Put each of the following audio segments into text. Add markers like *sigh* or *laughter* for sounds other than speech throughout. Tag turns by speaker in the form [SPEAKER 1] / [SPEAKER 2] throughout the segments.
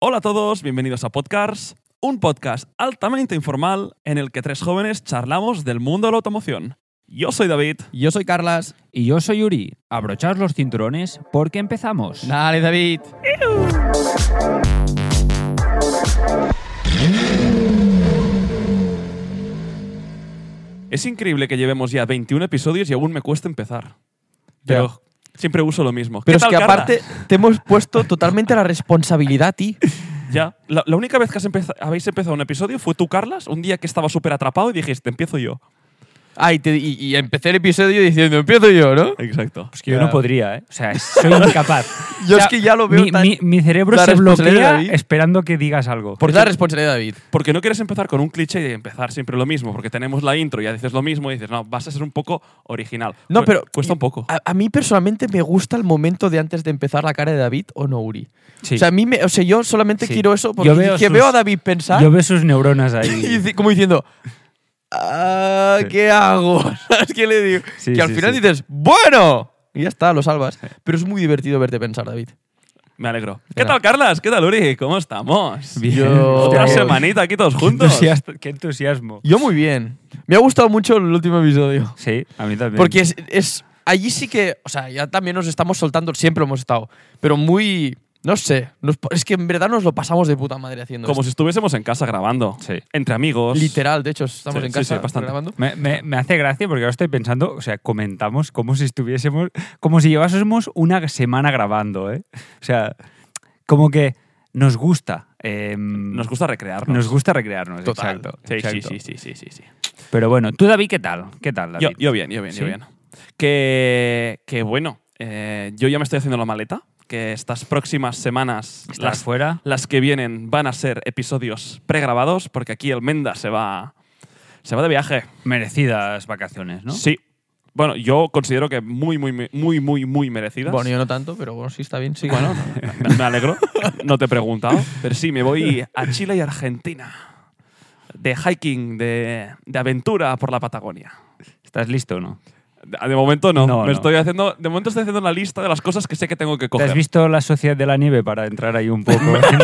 [SPEAKER 1] Hola a todos, bienvenidos a Podcasts, un podcast altamente informal en el que tres jóvenes charlamos del mundo de la automoción. Yo soy David.
[SPEAKER 2] Yo soy Carlas.
[SPEAKER 3] Y yo soy Yuri. Abrochaos los cinturones porque empezamos.
[SPEAKER 2] Dale, David.
[SPEAKER 1] Es increíble que llevemos ya 21 episodios y aún me cuesta empezar. Pero siempre uso lo mismo. ¿Qué
[SPEAKER 2] Pero es
[SPEAKER 1] tal,
[SPEAKER 2] que
[SPEAKER 1] Carla?
[SPEAKER 2] aparte te hemos puesto totalmente la responsabilidad a ti.
[SPEAKER 1] Ya, la, la única vez que has empeza- habéis empezado un episodio fue tú, Carlas, un día que estaba súper atrapado y dijiste, empiezo yo.
[SPEAKER 2] Ah, y, te- y- y empecé el episodio diciendo, empiezo yo, ¿no?
[SPEAKER 1] Exacto.
[SPEAKER 3] Es que yo no podría, ¿eh? O sea,
[SPEAKER 2] *laughs*
[SPEAKER 3] soy incapaz.
[SPEAKER 2] Yo
[SPEAKER 3] O
[SPEAKER 2] es
[SPEAKER 3] sea,
[SPEAKER 2] que ya lo veo
[SPEAKER 3] Mi,
[SPEAKER 2] tan-
[SPEAKER 3] mi- mi cerebro
[SPEAKER 2] la
[SPEAKER 3] se
[SPEAKER 2] responsabilidad de
[SPEAKER 3] bloquea
[SPEAKER 2] David.
[SPEAKER 3] esperando que digas algo.
[SPEAKER 2] Por la responsabilidad de David.
[SPEAKER 1] Porque no quieres empezar con un cliché y empezar siempre lo mismo, porque tenemos la intro y ya dices lo mismo y dices, no, vas a ser un poco original.
[SPEAKER 2] No,
[SPEAKER 1] Cu-
[SPEAKER 2] pero-
[SPEAKER 1] Cuesta un poco.
[SPEAKER 2] A, a mí personalmente me gusta el momento de antes de empezar la cara de David o no Uri.
[SPEAKER 3] Sí.
[SPEAKER 2] O sea, a mí me, o sea, yo solamente
[SPEAKER 3] Sí.
[SPEAKER 2] quiero eso porque
[SPEAKER 3] Yo veo
[SPEAKER 2] que
[SPEAKER 3] sus-
[SPEAKER 2] veo a David pensar
[SPEAKER 3] Yo veo sus neuronas
[SPEAKER 2] *laughs* y
[SPEAKER 3] ahí.
[SPEAKER 2] dice- como diciendo, "Ah, ¿qué hago? *laughs* ¿Sabes qué le digo?
[SPEAKER 3] Sí,
[SPEAKER 2] que al
[SPEAKER 3] sí,
[SPEAKER 2] final
[SPEAKER 3] sí.
[SPEAKER 2] dices, bueno, y ya está, lo salvas. Pero es muy divertido verte pensar, David.
[SPEAKER 1] Me alegro. ¿Qué
[SPEAKER 2] Venga.
[SPEAKER 1] tal, Carlas? ¿Qué tal, Uri? ¿Cómo estamos?
[SPEAKER 3] Bien.
[SPEAKER 2] Yo-
[SPEAKER 1] Otra
[SPEAKER 2] Bien.
[SPEAKER 1] semanita aquí todos
[SPEAKER 3] Qué
[SPEAKER 1] juntos.
[SPEAKER 3] entusiasta- Qué entusiasmo.
[SPEAKER 2] Yo muy bien. Me ha gustado mucho el último episodio.
[SPEAKER 3] Sí, a mí también.
[SPEAKER 2] Porque es, es- allí sí que, o sea, ya también nos estamos soltando, siempre hemos estado, pero muy, no sé, nos- es que en verdad nos lo pasamos de puta madre haciendo
[SPEAKER 1] Como
[SPEAKER 2] esto.
[SPEAKER 1] si estuviésemos en casa grabando.
[SPEAKER 3] Sí.
[SPEAKER 1] Entre amigos.
[SPEAKER 2] Literal, de hecho, estamos
[SPEAKER 1] Sí,
[SPEAKER 2] en
[SPEAKER 1] sí,
[SPEAKER 2] casa
[SPEAKER 1] sí, bastante.
[SPEAKER 2] grabando.
[SPEAKER 3] Me, me- me hace gracia porque ahora estoy pensando, o sea, comentamos como si estuviésemos, como si llevásemos una semana grabando, ¿eh? O sea, como que nos gusta. eh,
[SPEAKER 1] Nos gusta recrearnos.
[SPEAKER 3] nos gusta recrearnos,
[SPEAKER 2] Total.
[SPEAKER 3] exacto.
[SPEAKER 1] Sí, sí,
[SPEAKER 3] exacto.
[SPEAKER 1] sí, sí, sí, sí, sí.
[SPEAKER 3] Pero bueno, tú David, ¿qué tal? ¿Qué tal, David?
[SPEAKER 1] Yo, yo bien, yo bien,
[SPEAKER 3] ¿Sí?
[SPEAKER 1] yo bien. Que, que bueno, eh, yo ya me estoy haciendo la maleta, que estas próximas semanas,
[SPEAKER 3] ¿Estás
[SPEAKER 1] las,
[SPEAKER 3] fuera?
[SPEAKER 1] las que vienen, van a ser episodios pregrabados, porque aquí el Menda se va, se va de viaje.
[SPEAKER 3] Merecidas vacaciones, ¿no?
[SPEAKER 1] Sí. Bueno, yo considero que muy, muy, muy, muy, muy, muy merecidas.
[SPEAKER 2] Bueno, yo no tanto, pero bueno, sí está bien, sí.
[SPEAKER 1] Bueno, *laughs* me- me alegro. No te he preguntado. Pero sí, me voy a Chile y Argentina. De hiking, de, de aventura por la Patagonia.
[SPEAKER 3] ¿Estás listo o no?
[SPEAKER 1] Ah, De de momento no.
[SPEAKER 3] No,
[SPEAKER 1] me
[SPEAKER 3] no.
[SPEAKER 1] Estoy haciendo, de momento estoy haciendo la lista de las cosas que sé que tengo que
[SPEAKER 3] ¿Te has
[SPEAKER 1] coger.
[SPEAKER 3] visto la Sociedad de la Nieve para entrar ahí un *laughs* poco?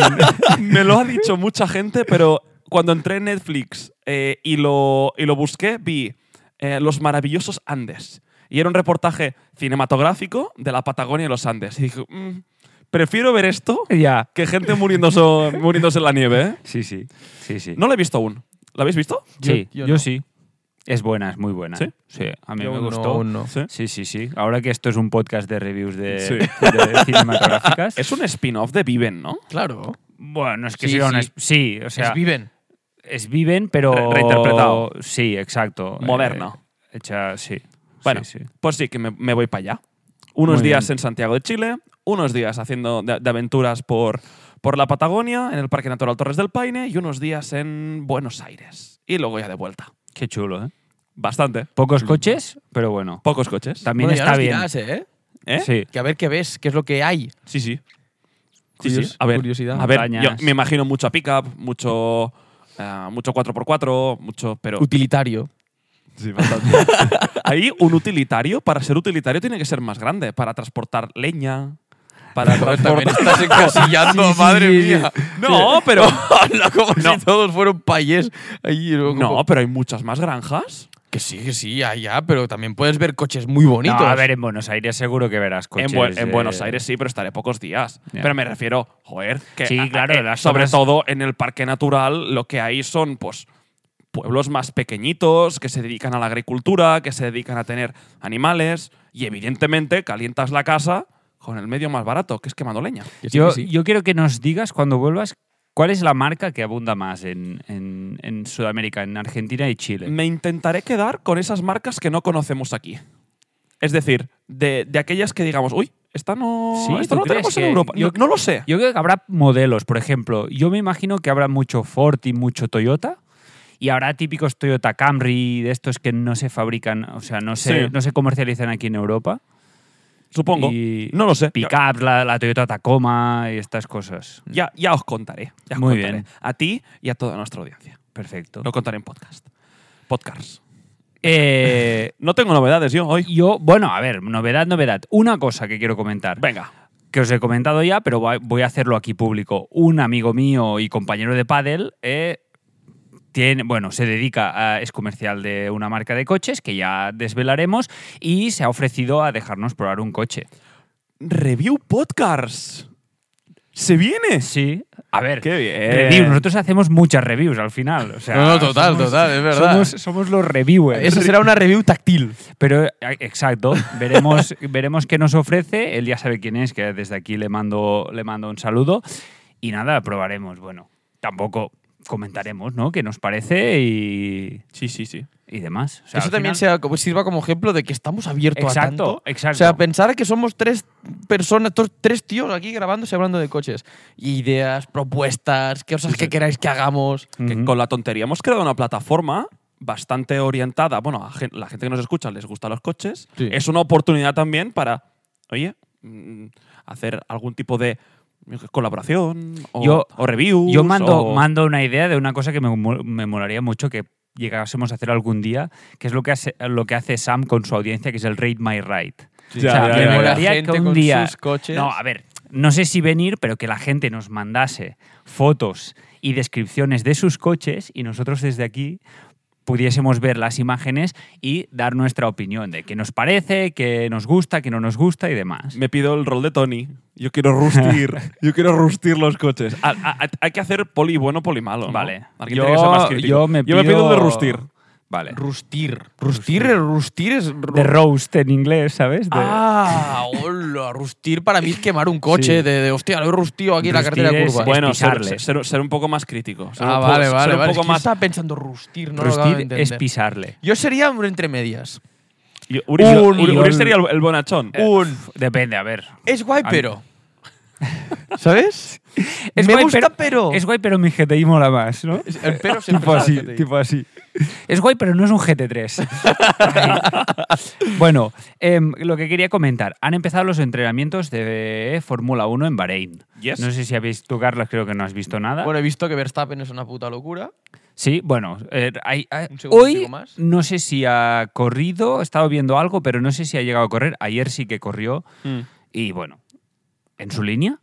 [SPEAKER 1] *laughs* me lo ha dicho mucha gente, pero cuando entré en Netflix eh, y, lo, y lo busqué, vi eh, Los maravillosos Andes. Y era un reportaje cinematográfico de la Patagonia y los Andes. Y dije, "Mm, prefiero ver esto
[SPEAKER 3] ya.
[SPEAKER 1] que gente muriéndose, muriéndose en la nieve. ¿eh?".
[SPEAKER 3] Sí, sí. Sí, sí.
[SPEAKER 1] No la he visto aún. ¿La habéis visto?
[SPEAKER 3] sí,
[SPEAKER 2] Yo-
[SPEAKER 3] yo,
[SPEAKER 2] yo no.
[SPEAKER 3] sí. Es buena, es muy buena.
[SPEAKER 1] ¿Sí?
[SPEAKER 3] ¿eh? a mí
[SPEAKER 2] Yo
[SPEAKER 3] me
[SPEAKER 2] aún no,
[SPEAKER 3] gustó.
[SPEAKER 2] aún no.
[SPEAKER 1] Sí.
[SPEAKER 3] Sí, sí, sí. Ahora que esto es un podcast de reviews de,
[SPEAKER 1] Sí.
[SPEAKER 3] de
[SPEAKER 1] *laughs*
[SPEAKER 3] cinematográficas.
[SPEAKER 1] Es un spin-off de Viven, ¿no?
[SPEAKER 2] Claro,
[SPEAKER 3] Bueno, es que
[SPEAKER 2] Sí,
[SPEAKER 3] sí,
[SPEAKER 2] sí.
[SPEAKER 3] sí, o sea,
[SPEAKER 2] es
[SPEAKER 3] es,
[SPEAKER 2] viven.
[SPEAKER 3] viven, pero
[SPEAKER 1] Re- reinterpretado.
[SPEAKER 3] Sí, exacto.
[SPEAKER 1] Moderno.
[SPEAKER 3] Eh, hecha, sí.
[SPEAKER 1] Bueno,
[SPEAKER 3] sí, sí.
[SPEAKER 1] pues sí, que me, me voy para allá. Unos
[SPEAKER 3] Muy
[SPEAKER 1] días
[SPEAKER 3] bien.
[SPEAKER 1] en Santiago de Chile, unos días haciendo de, de aventuras por, por la Patagonia, en el Parque Natural Torres del Paine, y unos días en Buenos Aires. Y luego ya de vuelta.
[SPEAKER 3] Qué chulo, ¿eh?
[SPEAKER 1] Bastante.
[SPEAKER 3] Pocos coches, pero bueno.
[SPEAKER 1] Pocos coches.
[SPEAKER 3] También
[SPEAKER 2] Bueno, ya
[SPEAKER 3] está
[SPEAKER 2] nos
[SPEAKER 3] bien.
[SPEAKER 2] dirás, ¿eh?
[SPEAKER 1] ¿Eh?
[SPEAKER 3] Sí.
[SPEAKER 2] Que a ver qué ves, qué es lo que hay.
[SPEAKER 1] Sí, sí. Sí,
[SPEAKER 2] Curios-
[SPEAKER 1] sí. A ver,
[SPEAKER 2] curiosidad.
[SPEAKER 1] a ver yo
[SPEAKER 3] Montañas.
[SPEAKER 1] me imagino mucha pickup, mucho, eh, mucho 4x4, mucho, pero...
[SPEAKER 2] Utilitario.
[SPEAKER 1] Sí, bastante. Ahí un utilitario, para ser utilitario, tiene que ser más grande, para transportar leña,
[SPEAKER 3] *laughs*
[SPEAKER 1] para
[SPEAKER 2] También
[SPEAKER 1] transportar...
[SPEAKER 2] estás *laughs* encasillando, madre
[SPEAKER 3] sí, sí.
[SPEAKER 2] mía.
[SPEAKER 1] No,
[SPEAKER 3] *laughs*
[SPEAKER 1] pero...
[SPEAKER 2] Habla como
[SPEAKER 1] No.
[SPEAKER 2] si todos fueron payés. Ahí, luego como-
[SPEAKER 1] No, pero hay muchas más granjas.
[SPEAKER 2] Que sí, que sí, allá, pero también puedes ver coches muy bonitos.
[SPEAKER 3] No, a ver, en Buenos Aires seguro que verás
[SPEAKER 1] En,
[SPEAKER 3] coches.
[SPEAKER 1] Buen- en
[SPEAKER 3] eh,
[SPEAKER 1] Buenos Aires sí, pero estaré pocos días.
[SPEAKER 3] Ya.
[SPEAKER 1] Pero me refiero, joder, que
[SPEAKER 3] Sí,
[SPEAKER 1] a-
[SPEAKER 3] claro,
[SPEAKER 1] eh,
[SPEAKER 3] las
[SPEAKER 1] sobre
[SPEAKER 3] zonas-
[SPEAKER 1] todo en el parque natural lo que hay son pues pueblos más pequeñitos que se dedican a la agricultura, que se dedican a tener animales y evidentemente calientas la casa con el medio más barato, que es quemando leña.
[SPEAKER 2] Que sí,
[SPEAKER 3] Yo,
[SPEAKER 2] que sí.
[SPEAKER 3] yo quiero que nos digas cuando vuelvas cuál es la marca que abunda más en, en- en Sudamérica, en Argentina y Chile.
[SPEAKER 1] Me intentaré quedar con esas marcas que no conocemos aquí. Es decir, de, de aquellas que digamos, uy, esta no,
[SPEAKER 3] Sí,
[SPEAKER 1] esta
[SPEAKER 3] ¿tú
[SPEAKER 1] no
[SPEAKER 3] crees
[SPEAKER 1] tenemos en
[SPEAKER 3] que-
[SPEAKER 1] Europa.
[SPEAKER 3] yo-
[SPEAKER 1] no, no lo sé.
[SPEAKER 3] Yo creo que habrá modelos, por ejemplo, yo me imagino que habrá mucho Ford y mucho Toyota. Y habrá típicos Toyota Camry de estos que no se fabrican, o sea, no se,
[SPEAKER 1] Sí.
[SPEAKER 3] no se comercializan aquí en Europa.
[SPEAKER 1] Supongo.
[SPEAKER 3] Y
[SPEAKER 1] no lo sé.
[SPEAKER 3] Pickups, la, la Toyota Tacoma y estas cosas.
[SPEAKER 1] Ya, ya os contaré. Ya os
[SPEAKER 3] Muy
[SPEAKER 1] contaré.
[SPEAKER 3] bien.
[SPEAKER 1] A ti y a toda nuestra audiencia.
[SPEAKER 3] Perfecto.
[SPEAKER 1] Lo contaré en podcast. Podcast.
[SPEAKER 3] Eh,
[SPEAKER 1] No tengo novedades yo hoy.
[SPEAKER 3] yo, bueno, a ver, novedad, novedad. Una cosa que quiero comentar.
[SPEAKER 1] Venga.
[SPEAKER 3] que os he comentado ya, pero va- voy a hacerlo aquí público. Un amigo mío y compañero de pádel eh, tiene, bueno, se dedica a, es comercial de una marca de coches que ya desvelaremos y se ha ofrecido a dejarnos probar un coche.
[SPEAKER 1] Review Podcast. ¿Se viene?
[SPEAKER 3] Sí, a ver.
[SPEAKER 1] Qué bien.
[SPEAKER 3] Review. Nosotros hacemos muchas reviews al final. o sea,
[SPEAKER 2] No, no, total,
[SPEAKER 3] somos-
[SPEAKER 2] total, es verdad.
[SPEAKER 3] Somos, somos los reviewers.
[SPEAKER 2] Eso será una review táctil.
[SPEAKER 3] Pero eh, exacto, veremos, *laughs* veremos qué nos ofrece. Él ya sabe quién es, que desde aquí le mando, le mando un saludo. Y nada, probaremos. Bueno, tampoco comentaremos, ¿no? ¿Qué nos parece y,
[SPEAKER 1] Sí, sí, sí.
[SPEAKER 3] y demás? O sea,
[SPEAKER 2] Eso
[SPEAKER 3] al
[SPEAKER 2] también
[SPEAKER 3] final-
[SPEAKER 2] sea, como- sirva como ejemplo de que estamos abiertos a
[SPEAKER 3] Exacto,
[SPEAKER 2] tanto.
[SPEAKER 3] exacto.
[SPEAKER 2] O sea, pensar que somos tres personas, to- tres tíos aquí grabándose hablando de coches. Ideas, propuestas, cosas que queráis que hagamos.
[SPEAKER 1] Que
[SPEAKER 3] Ujú.
[SPEAKER 1] con la tontería hemos creado una plataforma bastante orientada. Bueno, a gen- la gente que nos escucha les gustan los coches.
[SPEAKER 2] Sí.
[SPEAKER 1] Es una oportunidad también para, oye, mm, hacer algún tipo de colaboración o,
[SPEAKER 3] Yo-
[SPEAKER 1] o reviews.
[SPEAKER 3] Yo mando,
[SPEAKER 1] o-
[SPEAKER 3] mando una idea de una cosa que me, mo- me molaría mucho que llegásemos a hacer algún día, que es lo que hace, lo que hace Sam con su audiencia, que es el Rate My Ride.
[SPEAKER 1] Ya,
[SPEAKER 3] o sea,
[SPEAKER 1] ya,
[SPEAKER 3] me
[SPEAKER 1] ya, ya.
[SPEAKER 3] molaría
[SPEAKER 2] La gente
[SPEAKER 3] que un
[SPEAKER 2] con
[SPEAKER 3] día.
[SPEAKER 2] sus coches.
[SPEAKER 3] No, a ver, no sé si venir, pero que la gente nos mandase fotos y descripciones de sus coches y nosotros desde aquí pudiésemos ver las imágenes y dar nuestra opinión de qué nos parece, qué nos gusta, qué no nos gusta y demás.
[SPEAKER 1] Me pido el rol de Tony. Yo quiero
[SPEAKER 3] *laughs*
[SPEAKER 1] rustir. yo quiero rustir los coches. A- a- a- hay que hacer poli bueno, poli malo. ¿no?
[SPEAKER 3] Vale.
[SPEAKER 1] Alguien tiene que ser más crítico.
[SPEAKER 3] yo me
[SPEAKER 1] pido el de
[SPEAKER 3] pido-
[SPEAKER 1] rustir.
[SPEAKER 3] Vale.
[SPEAKER 2] Rustir. Rustir, rustir es. ru-
[SPEAKER 3] De roast en inglés, ¿sabes? De-
[SPEAKER 2] Ah, hola. Rustir para mí es quemar un coche.
[SPEAKER 3] Sí.
[SPEAKER 2] De, de, hostia, lo he rustío aquí en la
[SPEAKER 3] Rustir
[SPEAKER 2] carretera
[SPEAKER 3] es-
[SPEAKER 2] curva.
[SPEAKER 1] Bueno, ser,
[SPEAKER 3] pisarle.
[SPEAKER 1] ser- ser un poco más crítico. Ser
[SPEAKER 2] ah,
[SPEAKER 1] un poco-
[SPEAKER 2] vale, vale.
[SPEAKER 1] ser un
[SPEAKER 2] vale.
[SPEAKER 1] poco
[SPEAKER 2] Es que
[SPEAKER 1] más.
[SPEAKER 2] estaba pensando rustir, no lo acabo de
[SPEAKER 3] Roastir es
[SPEAKER 2] entender.
[SPEAKER 3] pisarle.
[SPEAKER 2] Yo sería un entre medias.
[SPEAKER 1] Yo- Uri,
[SPEAKER 3] Un- Eh,
[SPEAKER 1] Uri-
[SPEAKER 3] yo-
[SPEAKER 1] Uri sería el, el bonachón.
[SPEAKER 2] Un.
[SPEAKER 3] Depende, a ver.
[SPEAKER 2] Es guay,
[SPEAKER 3] Al-
[SPEAKER 2] pero. ¿Sabes?
[SPEAKER 3] Es
[SPEAKER 2] Me
[SPEAKER 3] guay,
[SPEAKER 2] gusta, pero.
[SPEAKER 3] Es guay, pero mi GTI mola más, ¿no?
[SPEAKER 2] El pero siempre
[SPEAKER 3] tipo
[SPEAKER 2] es
[SPEAKER 3] así,
[SPEAKER 2] el que te digo.
[SPEAKER 3] tipo así. Es guay, pero no es un *laughs* GT3. bueno, em, lo que quería comentar. Han empezado los entrenamientos de Fórmula 1 en Bahrein.
[SPEAKER 1] Yes.
[SPEAKER 3] No sé si habéis tú, Carlos, creo que no has visto nada.
[SPEAKER 2] ¿Ah? Bueno, he visto que Verstappen es una puta locura.
[SPEAKER 3] sí, bueno. eh, hay- hay-
[SPEAKER 2] Un segundo,
[SPEAKER 3] hoy
[SPEAKER 2] sigo más.
[SPEAKER 3] no sé si ha corrido, he estado viendo algo, pero no sé si ha llegado a correr. Ayer sí que corrió
[SPEAKER 1] Mm.
[SPEAKER 3] y bueno, en su línea.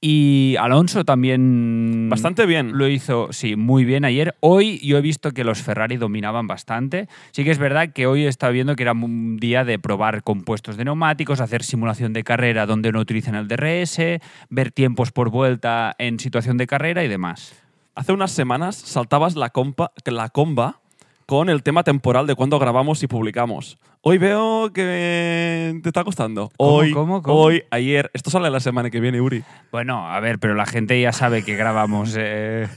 [SPEAKER 3] Y Alonso también...
[SPEAKER 1] Bastante bien.
[SPEAKER 3] Lo hizo, sí, muy bien ayer. Hoy yo he visto que los Ferrari dominaban bastante. Sí que es verdad que hoy está viendo que era un día de probar compuestos de neumáticos, hacer simulación de carrera donde no utilizan el DRS, ver tiempos por vuelta en situación de carrera y demás.
[SPEAKER 1] Hace unas semanas saltabas la, compa, la comba con el tema temporal de cuándo grabamos y publicamos. Hoy veo que te está costando.
[SPEAKER 3] ¿Cómo,
[SPEAKER 1] hoy,
[SPEAKER 3] cómo, cómo?
[SPEAKER 1] hoy, ayer. Esto sale la semana que viene, Uri.
[SPEAKER 3] Bueno, a ver, pero la gente ya sabe que grabamos. eh.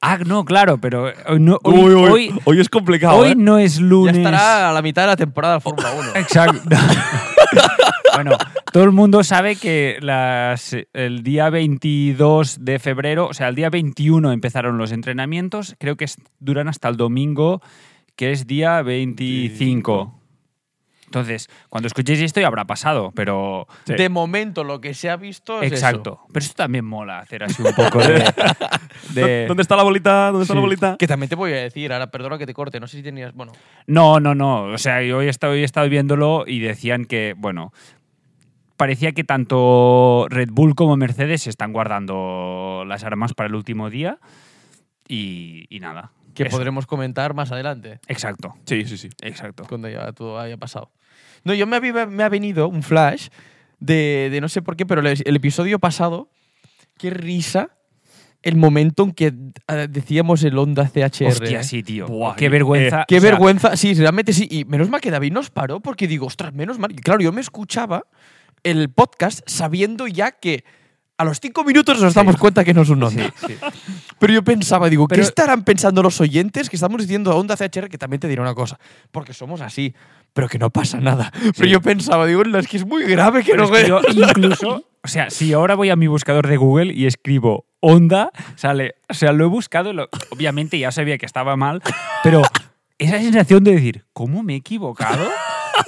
[SPEAKER 3] Ah, no, claro, pero hoy no, hoy,
[SPEAKER 1] Uy, uy,
[SPEAKER 3] hoy-
[SPEAKER 1] hoy es complicado.
[SPEAKER 3] hoy
[SPEAKER 1] ¿eh?
[SPEAKER 3] no es
[SPEAKER 2] Ya
[SPEAKER 3] lunes.
[SPEAKER 2] estará a la mitad de la temporada de Fórmula
[SPEAKER 3] *laughs*
[SPEAKER 2] 1.
[SPEAKER 3] Exacto.
[SPEAKER 1] *laughs*
[SPEAKER 3] bueno, todo el mundo sabe que las- el día 22 de febrero, o sea, el día 21 empezaron los entrenamientos, creo que es- duran hasta el domingo, que es día 25. Entonces, cuando escuchéis esto ya habrá pasado, pero...
[SPEAKER 1] Sí.
[SPEAKER 2] De momento, lo que se ha visto es
[SPEAKER 3] Exacto. Pero esto también mola, hacer así un
[SPEAKER 1] *laughs*
[SPEAKER 3] poco de... de-
[SPEAKER 1] ¿Dónde está la bolita? ¿Dónde está
[SPEAKER 3] Sí.
[SPEAKER 1] la bolita?
[SPEAKER 2] eso. Que también te voy a decir, ahora perdona que te corte, no sé si tenías. Bueno,
[SPEAKER 3] No, no, no. O sea, yo he estado, he estado viéndolo y decían que, bueno, parecía que tanto Red Bull como Mercedes se están guardando las armas para el último día y, y nada.
[SPEAKER 2] que
[SPEAKER 3] Eso.
[SPEAKER 2] podremos comentar más adelante,
[SPEAKER 3] Exacto,
[SPEAKER 1] Sí, sí, sí.
[SPEAKER 3] exacto.
[SPEAKER 2] cuando ya todo haya pasado. No, yo me, había- me ha venido un flash de, de no sé por qué, pero el, el episodio pasado, qué risa el momento en que eh, decíamos el Honda CHR.
[SPEAKER 3] Hostia,
[SPEAKER 2] ¿eh?
[SPEAKER 3] sí, tío.
[SPEAKER 1] Buah,
[SPEAKER 3] qué
[SPEAKER 1] eh,
[SPEAKER 3] vergüenza.
[SPEAKER 2] Qué
[SPEAKER 3] Ah, O sea,
[SPEAKER 2] vergüenza. Sí, realmente sí. Y menos mal que David nos paró porque digo, ostras, menos mal. Y claro, yo me escuchaba el podcast sabiendo ya que a los cinco minutos nos damos cuenta que no es un Honda. *laughs* Pero yo pensaba, digo,
[SPEAKER 3] Pero-
[SPEAKER 2] ¿qué estarán pensando los oyentes que estamos diciendo a Honda CHR? Que también te diré una cosa, porque somos así, pero que no pasa nada. *laughs* Pero yo pensaba, digo, "No, es que es muy grave que
[SPEAKER 3] pero
[SPEAKER 2] no...
[SPEAKER 3] es
[SPEAKER 2] *laughs*
[SPEAKER 3] que yo incluso, o sea, si ahora voy a mi buscador de Google y escribo Honda, sale, o sea, lo he buscado, lo- obviamente ya sabía que estaba mal, pero esa sensación de decir, ¿cómo me he equivocado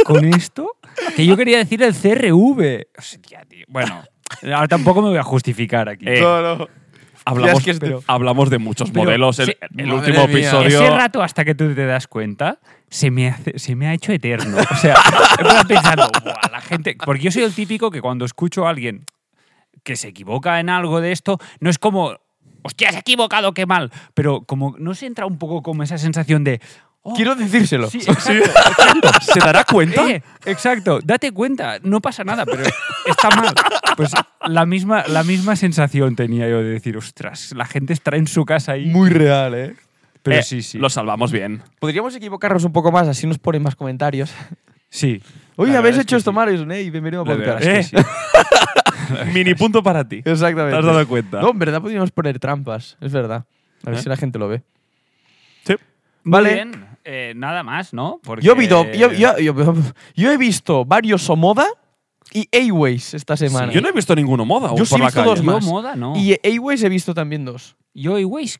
[SPEAKER 3] con esto? Que yo quería decir el CRV. Hostia, tío. Bueno, ahora tampoco me voy a justificar aquí.
[SPEAKER 1] Eh,
[SPEAKER 2] No, no.
[SPEAKER 1] hablamos,
[SPEAKER 2] Ya es que es de-
[SPEAKER 1] hablamos de muchos
[SPEAKER 3] Pero-
[SPEAKER 1] modelos. El,
[SPEAKER 3] sí.
[SPEAKER 1] el
[SPEAKER 2] Madre
[SPEAKER 1] último
[SPEAKER 2] mía.
[SPEAKER 1] episodio.
[SPEAKER 3] Ese rato hasta que tú te das cuenta se me, hace- se me ha hecho eterno. O sea, *laughs* he estado pensando, "Buah, la gente. Porque yo soy el típico que cuando escucho a alguien que se equivoca en algo de esto, no es como, hostia, se ha equivocado, qué mal. Pero como no se entra un poco como esa sensación de. "Oh,
[SPEAKER 2] *laughs* Quiero decírselo.
[SPEAKER 3] sí, *laughs* exacto,
[SPEAKER 1] ¿Se
[SPEAKER 3] *laughs*
[SPEAKER 1] dará cuenta?
[SPEAKER 3] Eh, exacto, date cuenta, no pasa nada, pero está mal. Pues la misma, la misma sensación tenía yo de decir, ostras, la gente está en su casa ahí.
[SPEAKER 2] Muy real, ¿eh?
[SPEAKER 3] Pero
[SPEAKER 1] Eh,
[SPEAKER 3] sí, sí.
[SPEAKER 1] Lo salvamos
[SPEAKER 3] *laughs*
[SPEAKER 1] bien.
[SPEAKER 2] Podríamos equivocarnos un poco más, así nos ponen más comentarios.
[SPEAKER 3] Sí.
[SPEAKER 2] Oye,
[SPEAKER 3] La
[SPEAKER 2] habéis
[SPEAKER 3] verdad es
[SPEAKER 2] hecho
[SPEAKER 3] que
[SPEAKER 2] esto
[SPEAKER 3] sí.
[SPEAKER 2] mal, Edison, ¿eh? Y bienvenido a
[SPEAKER 3] La
[SPEAKER 2] podcast.
[SPEAKER 1] verdad
[SPEAKER 3] verdad es que sí.
[SPEAKER 1] Mini punto para ti.
[SPEAKER 2] Exactamente.
[SPEAKER 1] ¿Te has dado cuenta?
[SPEAKER 2] No, en verdad podríamos poner trampas, es verdad. A ver
[SPEAKER 1] ¿Eh?
[SPEAKER 2] si la gente lo ve.
[SPEAKER 1] Sí.
[SPEAKER 3] Muy
[SPEAKER 2] Vale.
[SPEAKER 3] bien, eh, nada más, ¿no? Porque-
[SPEAKER 2] Yo, he visto- yo, yo- yo- yo he visto varios Omoda y A-Ways esta semana.
[SPEAKER 1] Yo no he visto ninguno moda aún
[SPEAKER 2] Yo
[SPEAKER 1] por
[SPEAKER 2] sí he
[SPEAKER 1] la
[SPEAKER 2] visto
[SPEAKER 1] calle.
[SPEAKER 2] dos
[SPEAKER 3] Yo
[SPEAKER 2] más.
[SPEAKER 3] moda no.
[SPEAKER 2] Y A-Ways he visto también dos.
[SPEAKER 3] Yo y Waze.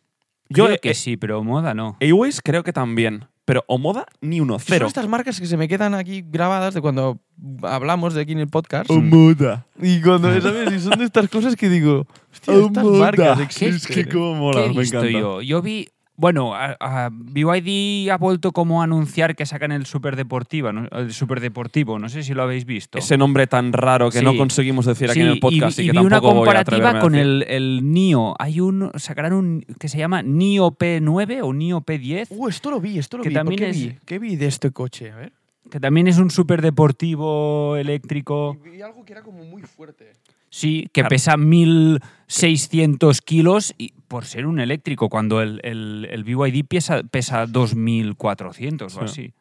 [SPEAKER 1] Yo,
[SPEAKER 3] Yo
[SPEAKER 1] eh,
[SPEAKER 3] creo que
[SPEAKER 1] eh,
[SPEAKER 3] sí, pero moda no.
[SPEAKER 1] Aways creo que también. Pero o moda ni uno.
[SPEAKER 2] Son
[SPEAKER 1] Cero.
[SPEAKER 2] estas marcas que se me quedan aquí grabadas de cuando hablamos de aquí en el podcast.
[SPEAKER 1] Mm. moda.
[SPEAKER 2] Y cuando, ¿sabes? Y son de estas cosas que digo, hostia, estas marcas existen. ¿eh?
[SPEAKER 1] Es que como
[SPEAKER 3] ¿eh? ¿Qué
[SPEAKER 1] mola,
[SPEAKER 3] he
[SPEAKER 1] me
[SPEAKER 3] visto
[SPEAKER 1] encanta.
[SPEAKER 3] yo? Yo vi. Bueno, a, a BYD ha vuelto como a anunciar que sacan el superdeportiva, ¿no? el superdeportivo. No sé si lo habéis visto.
[SPEAKER 1] Ese nombre tan raro que
[SPEAKER 3] Sí.
[SPEAKER 1] no conseguimos decir aquí
[SPEAKER 3] Sí,
[SPEAKER 1] en el podcast y,
[SPEAKER 3] y,
[SPEAKER 1] que
[SPEAKER 3] vi
[SPEAKER 1] tampoco
[SPEAKER 3] una
[SPEAKER 1] voy a
[SPEAKER 3] comparativa
[SPEAKER 1] atreverme a
[SPEAKER 3] con
[SPEAKER 1] decir.
[SPEAKER 3] el, el NIO. Hay un sacarán un que se llama NIO P9 o NIO P10.
[SPEAKER 2] Uh, esto lo vi, esto lo
[SPEAKER 3] Que
[SPEAKER 2] vi. ¿Por
[SPEAKER 3] también
[SPEAKER 2] ¿Qué,
[SPEAKER 3] es-
[SPEAKER 2] vi? ¿Qué vi de este coche? A ver.
[SPEAKER 3] que también es un superdeportivo eléctrico.
[SPEAKER 2] Vi algo que era como muy fuerte.
[SPEAKER 3] Sí, que pesa 1.600 kilos y, por ser un eléctrico, cuando el, el, el BYD pesa, pesa 2.400 o
[SPEAKER 1] Sí.
[SPEAKER 3] así.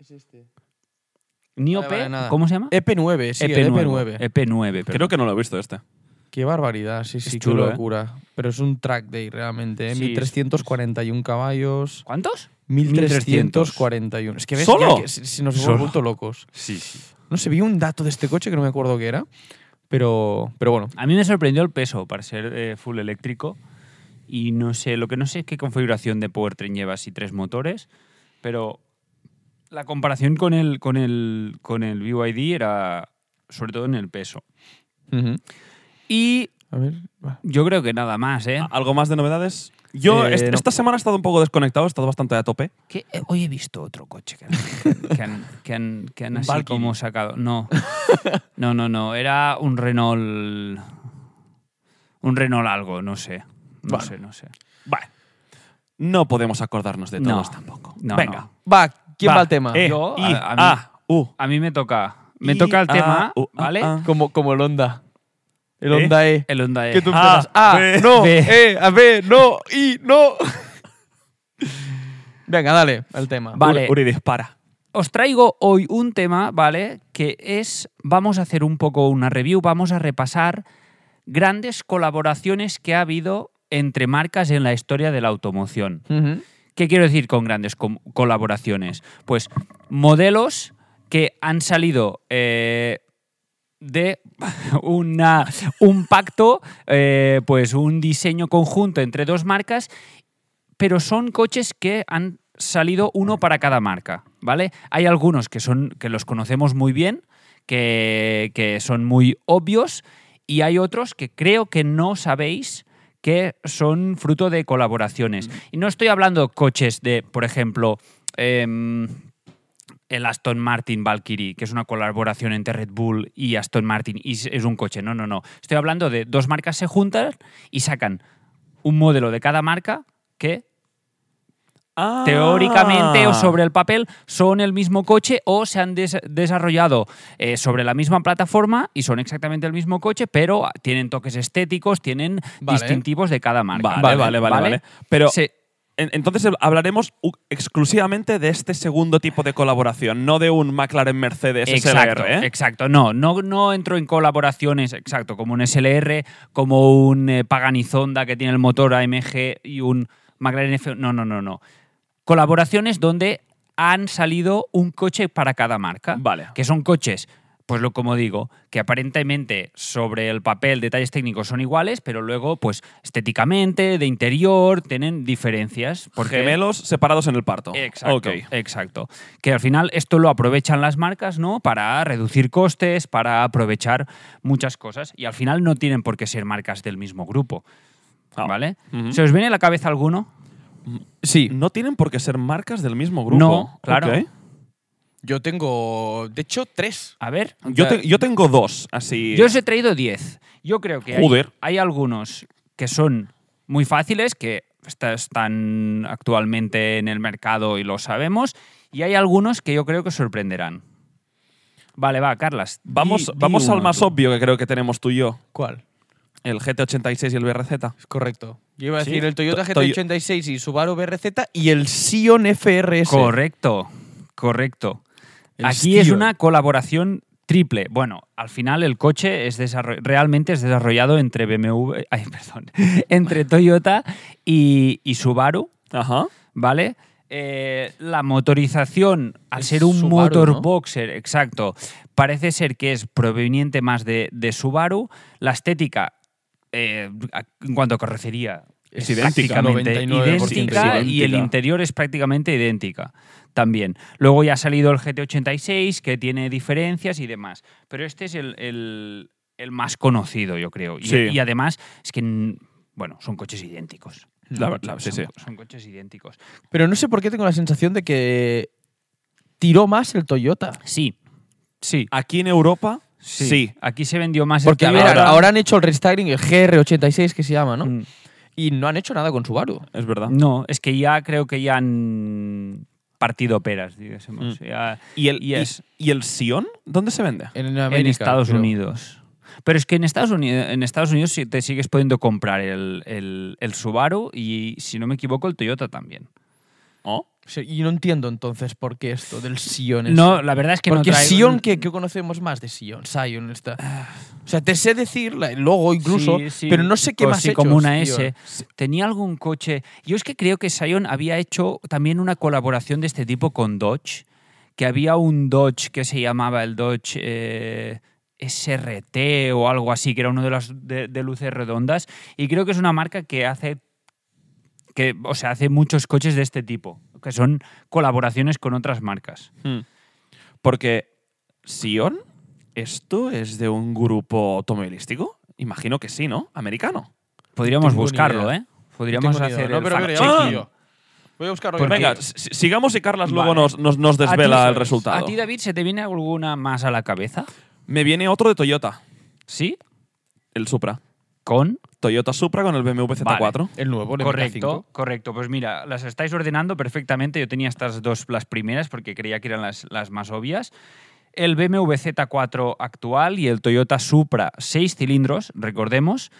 [SPEAKER 2] Es este.
[SPEAKER 3] ¿NIOP?
[SPEAKER 2] Vale, vale, nada.
[SPEAKER 3] ¿Cómo se llama?
[SPEAKER 2] EP9, E sí,
[SPEAKER 3] E
[SPEAKER 2] el E EP9.
[SPEAKER 3] EP9, perdón.
[SPEAKER 1] Creo que no lo he visto este.
[SPEAKER 2] Qué barbaridad, sí, sí, qué
[SPEAKER 3] chulo, ¿eh?
[SPEAKER 2] locura. Pero es un track day realmente, ¿eh?
[SPEAKER 3] Sí,
[SPEAKER 2] 1341 caballos,
[SPEAKER 3] ¿Cuántos?
[SPEAKER 2] 1341. Es que ves
[SPEAKER 1] ¿Solo?
[SPEAKER 2] ya que si si nos hemos
[SPEAKER 1] Solo.
[SPEAKER 2] vuelto locos.
[SPEAKER 1] Sí, sí.
[SPEAKER 2] No sé, vi un dato de este coche que no me acuerdo qué era, pero, pero bueno.
[SPEAKER 3] A mí me sorprendió el peso para ser eh, full eléctrico. Y no sé, lo que no sé es qué configuración de powertrain lleva, si tres motores, pero la comparación con el, con el, con el BYD era sobre todo en el peso.
[SPEAKER 2] Ujú.
[SPEAKER 3] Y
[SPEAKER 2] A ver, va.
[SPEAKER 3] yo creo que nada más, ¿eh?
[SPEAKER 1] ¿Algo más de novedades? Yo
[SPEAKER 3] Eh,
[SPEAKER 1] est-
[SPEAKER 3] no.
[SPEAKER 1] esta semana he estado un poco desconectado, he estado bastante a tope.
[SPEAKER 3] Que, eh, hoy he visto otro coche que han, que han, que han- que han
[SPEAKER 2] Un
[SPEAKER 3] así
[SPEAKER 2] Valkyrie.
[SPEAKER 3] como sacado. No, no, no, no. Era un Renault. Un Renault algo, no sé. No
[SPEAKER 2] Bueno.
[SPEAKER 3] sé, no sé.
[SPEAKER 1] Vale. No podemos acordarnos de
[SPEAKER 3] No.
[SPEAKER 1] todos tampoco.
[SPEAKER 3] No,
[SPEAKER 1] Venga.
[SPEAKER 2] Va, ¿quién va, Eh.
[SPEAKER 1] Va,
[SPEAKER 2] al tema?
[SPEAKER 1] E,
[SPEAKER 3] Yo,
[SPEAKER 1] I,
[SPEAKER 3] a- a mí-
[SPEAKER 1] A, U.
[SPEAKER 3] A mí me toca. Me
[SPEAKER 1] I,
[SPEAKER 3] toca el
[SPEAKER 1] A,
[SPEAKER 3] tema,
[SPEAKER 1] U, A,
[SPEAKER 3] ¿vale?
[SPEAKER 1] A.
[SPEAKER 2] Como, como el Honda. El
[SPEAKER 1] ¿Eh?
[SPEAKER 2] Honda E.
[SPEAKER 3] El Honda E.
[SPEAKER 2] Que tú
[SPEAKER 1] Ah,
[SPEAKER 2] empiezas, ah,
[SPEAKER 1] B,
[SPEAKER 2] no,
[SPEAKER 3] B.
[SPEAKER 2] eh, a ver, no, y no. Venga, dale al tema.
[SPEAKER 3] Va. Vale.
[SPEAKER 1] Uri, Uri, dispara.
[SPEAKER 3] Os traigo hoy un tema, ¿vale? Que es, vamos a hacer un poco una review, vamos a repasar grandes colaboraciones que ha habido entre marcas en la historia de la automoción.
[SPEAKER 2] Ujú.
[SPEAKER 3] ¿Qué quiero decir con grandes com- colaboraciones? Pues modelos que han salido eh, de *laughs* una- un pacto, eh, pues un diseño conjunto entre dos marcas, pero son coches que han salido uno para cada marca, ¿vale? Hay algunos que, son, que los conocemos muy bien, que, que son muy obvios, y hay otros que creo que no sabéis que son fruto de colaboraciones. Y no estoy hablando coches de, por ejemplo, em, el Aston Martin Valkyrie, que es una colaboración entre Red Bull y Aston Martin, y es- es un coche. No, no, no. Estoy hablando de dos marcas se juntan y sacan un modelo de cada marca que teóricamente
[SPEAKER 1] Ah.
[SPEAKER 3] o sobre el papel son el mismo coche o se han des- desarrollado eh, sobre la misma plataforma y son exactamente el mismo coche, pero tienen toques estéticos, tienen
[SPEAKER 2] Vale.
[SPEAKER 3] distintivos de cada marca.
[SPEAKER 1] Ah, Vale, vale, vale, vale. Pero
[SPEAKER 3] Se-
[SPEAKER 1] en- entonces eh, hablaremos u- exclusivamente de este segundo tipo de colaboración, no de un McLaren Mercedes
[SPEAKER 3] exacto,
[SPEAKER 1] SLR. ¿eh?
[SPEAKER 3] exacto. No, no, no entro en colaboraciones, exacto, como un SLR, como un eh, Paganizonda que tiene el motor AMG y un McLaren F. No, no, no, no. Colaboraciones donde han salido un coche para cada marca.
[SPEAKER 1] Vale.
[SPEAKER 3] Que son coches, pues lo como digo, que aparentemente sobre el papel detalles técnicos son iguales, pero luego, pues estéticamente, de interior, tienen diferencias. Porque
[SPEAKER 1] Gemelos separados en el parto.
[SPEAKER 3] Exacto,
[SPEAKER 1] Ok.
[SPEAKER 3] exacto. Que al final esto lo aprovechan las marcas, ¿no? Para reducir costes, para aprovechar muchas cosas. Y al final no tienen por qué ser marcas del mismo grupo.
[SPEAKER 1] Ah.
[SPEAKER 3] ¿Vale?
[SPEAKER 1] Ujú.
[SPEAKER 3] ¿Se os viene a la cabeza alguno?
[SPEAKER 2] Sí.
[SPEAKER 1] No tienen por qué ser marcas del mismo grupo.
[SPEAKER 3] No, claro.
[SPEAKER 1] Ok.
[SPEAKER 2] Yo tengo, de hecho, tres.
[SPEAKER 3] A ver.
[SPEAKER 1] Yo, te- yo tengo dos, así.
[SPEAKER 3] Yo os he traído 10. Yo creo que hay,
[SPEAKER 1] Joder.
[SPEAKER 3] hay algunos que son muy fáciles, que esta- están actualmente en el mercado y lo sabemos, y hay algunos que yo creo que os sorprenderán. Vale, va, Carlas. di-
[SPEAKER 1] vamos
[SPEAKER 3] di
[SPEAKER 1] vamos
[SPEAKER 3] uno
[SPEAKER 1] al más
[SPEAKER 3] tú.
[SPEAKER 1] obvio que creo que tenemos tú y yo:
[SPEAKER 2] ¿Cuál?
[SPEAKER 1] el GT86 y el BRZ.
[SPEAKER 2] Es correcto. Yo iba a
[SPEAKER 1] Sí.
[SPEAKER 2] decir el Toyota
[SPEAKER 1] To- Toyo-
[SPEAKER 2] GT86 y Subaru BRZ y el Sion FRS.
[SPEAKER 3] Correcto, correcto.
[SPEAKER 2] El
[SPEAKER 3] Aquí
[SPEAKER 2] Sion.
[SPEAKER 3] es una colaboración triple. Bueno, al final el coche es desarro- realmente es desarrollado entre BMW, *laughs* ay, perdón, entre Toyota y, y Subaru,
[SPEAKER 1] Ajá.
[SPEAKER 3] ¿vale? Eh, la motorización, al
[SPEAKER 2] Es
[SPEAKER 3] ser un
[SPEAKER 2] Subaru,
[SPEAKER 3] motor
[SPEAKER 2] ¿no?
[SPEAKER 3] boxer, exacto, parece ser que es proveniente más de, de Subaru. La estética, eh, a- en cuanto a carrocería,
[SPEAKER 1] Es idéntica,
[SPEAKER 3] prácticamente
[SPEAKER 2] 99%
[SPEAKER 3] idéntica
[SPEAKER 1] es
[SPEAKER 3] y el
[SPEAKER 1] idéntica.
[SPEAKER 3] interior es prácticamente idéntica también. Luego ya ha salido el GT86 que tiene diferencias y demás, pero este es el, el- el más conocido, yo creo. Y,
[SPEAKER 1] Sí.
[SPEAKER 3] y además es que, mm, bueno, son coches idénticos.
[SPEAKER 1] La
[SPEAKER 3] Son
[SPEAKER 1] ver- la-
[SPEAKER 3] coches-
[SPEAKER 1] sí, sí.
[SPEAKER 3] son co- son coches idénticos.
[SPEAKER 2] Pero no sé por qué tengo la sensación de que tiró más el Toyota.
[SPEAKER 3] Sí, sí,
[SPEAKER 1] Aquí en Europa, sí.
[SPEAKER 3] Aquí se vendió más el
[SPEAKER 2] Porque, a ver,
[SPEAKER 3] Toyota.
[SPEAKER 2] ahora, ahora han hecho el restyling, el GR86 que se llama, ¿no?
[SPEAKER 3] Mm,
[SPEAKER 2] Y no han hecho nada con Subaru.
[SPEAKER 1] Es verdad.
[SPEAKER 3] No, es que ya creo que ya han partido peras, digamos.
[SPEAKER 2] Mm.
[SPEAKER 3] Ya-
[SPEAKER 1] ¿Y el,
[SPEAKER 3] Y es-
[SPEAKER 1] y, y el Sion? ¿Dónde se vende?
[SPEAKER 2] En,
[SPEAKER 3] en
[SPEAKER 2] América,
[SPEAKER 3] Estados
[SPEAKER 2] creo.
[SPEAKER 3] Unidos. Pero es que en Estados Unidos, en Estados Unidos sí te sigues pudiendo comprar el, el- el Subaru y, si no me equivoco, el Toyota también.
[SPEAKER 1] Oh.
[SPEAKER 2] Sí, y no entiendo entonces por qué esto del Sion. este.
[SPEAKER 3] No, la verdad es que
[SPEAKER 2] Porque
[SPEAKER 3] no traigo- Ah.
[SPEAKER 2] Sion, ¿qué, qué conocemos más de Sion? Sion está. O sea, te sé decir la- el logo incluso,
[SPEAKER 3] Sí, sí,
[SPEAKER 2] pero no sé qué
[SPEAKER 3] co-
[SPEAKER 2] más
[SPEAKER 3] sí,
[SPEAKER 2] hechos,
[SPEAKER 3] como una
[SPEAKER 2] tío.
[SPEAKER 3] S. Tenía algún coche. Yo es que creo que Sion había hecho también una colaboración de este tipo con Dodge, que había un Dodge que se llamaba el Dodge eh, SRT o algo así, que era uno de las de, de luces redondas. Y creo que es una marca que hace que, o sea, hace muchos coches de este tipo, que son colaboraciones con otras marcas.
[SPEAKER 1] Hmm. Porque Sion, esto es de un grupo automovilístico. Imagino que sí, ¿no? Americano.
[SPEAKER 3] Podríamos
[SPEAKER 2] Tengo ni
[SPEAKER 3] buscarlo,
[SPEAKER 2] idea.
[SPEAKER 3] ¿eh?
[SPEAKER 2] No
[SPEAKER 3] Podríamos
[SPEAKER 2] tengo ni idea,
[SPEAKER 3] hacer
[SPEAKER 2] ¿no?
[SPEAKER 3] el
[SPEAKER 2] Pero
[SPEAKER 3] fact
[SPEAKER 2] mira,
[SPEAKER 1] fact-checking.
[SPEAKER 2] vamos
[SPEAKER 1] Ah.
[SPEAKER 2] yo. Voy a buscarlo.
[SPEAKER 3] Porque-
[SPEAKER 1] Pues Venga, si- sigamos y Carlas luego
[SPEAKER 3] Vale.
[SPEAKER 1] nos, nos, nos
[SPEAKER 3] ¿A ti-
[SPEAKER 1] desvela el resultado.
[SPEAKER 3] ¿A ti, David, se te viene alguna más a la cabeza?
[SPEAKER 1] Me viene otro de Toyota,
[SPEAKER 3] ¿Sí?
[SPEAKER 1] el Supra.
[SPEAKER 3] Con.
[SPEAKER 1] Toyota Supra con el BMW Z4.
[SPEAKER 2] El nuevo, el
[SPEAKER 3] Correcto,
[SPEAKER 2] MK5.
[SPEAKER 3] correcto. Pues mira, las estáis ordenando perfectamente. Yo tenía estas dos, las primeras, porque creía que eran las, las más obvias. El BMW Z4 actual y el Toyota Supra, seis cilindros, recordemos,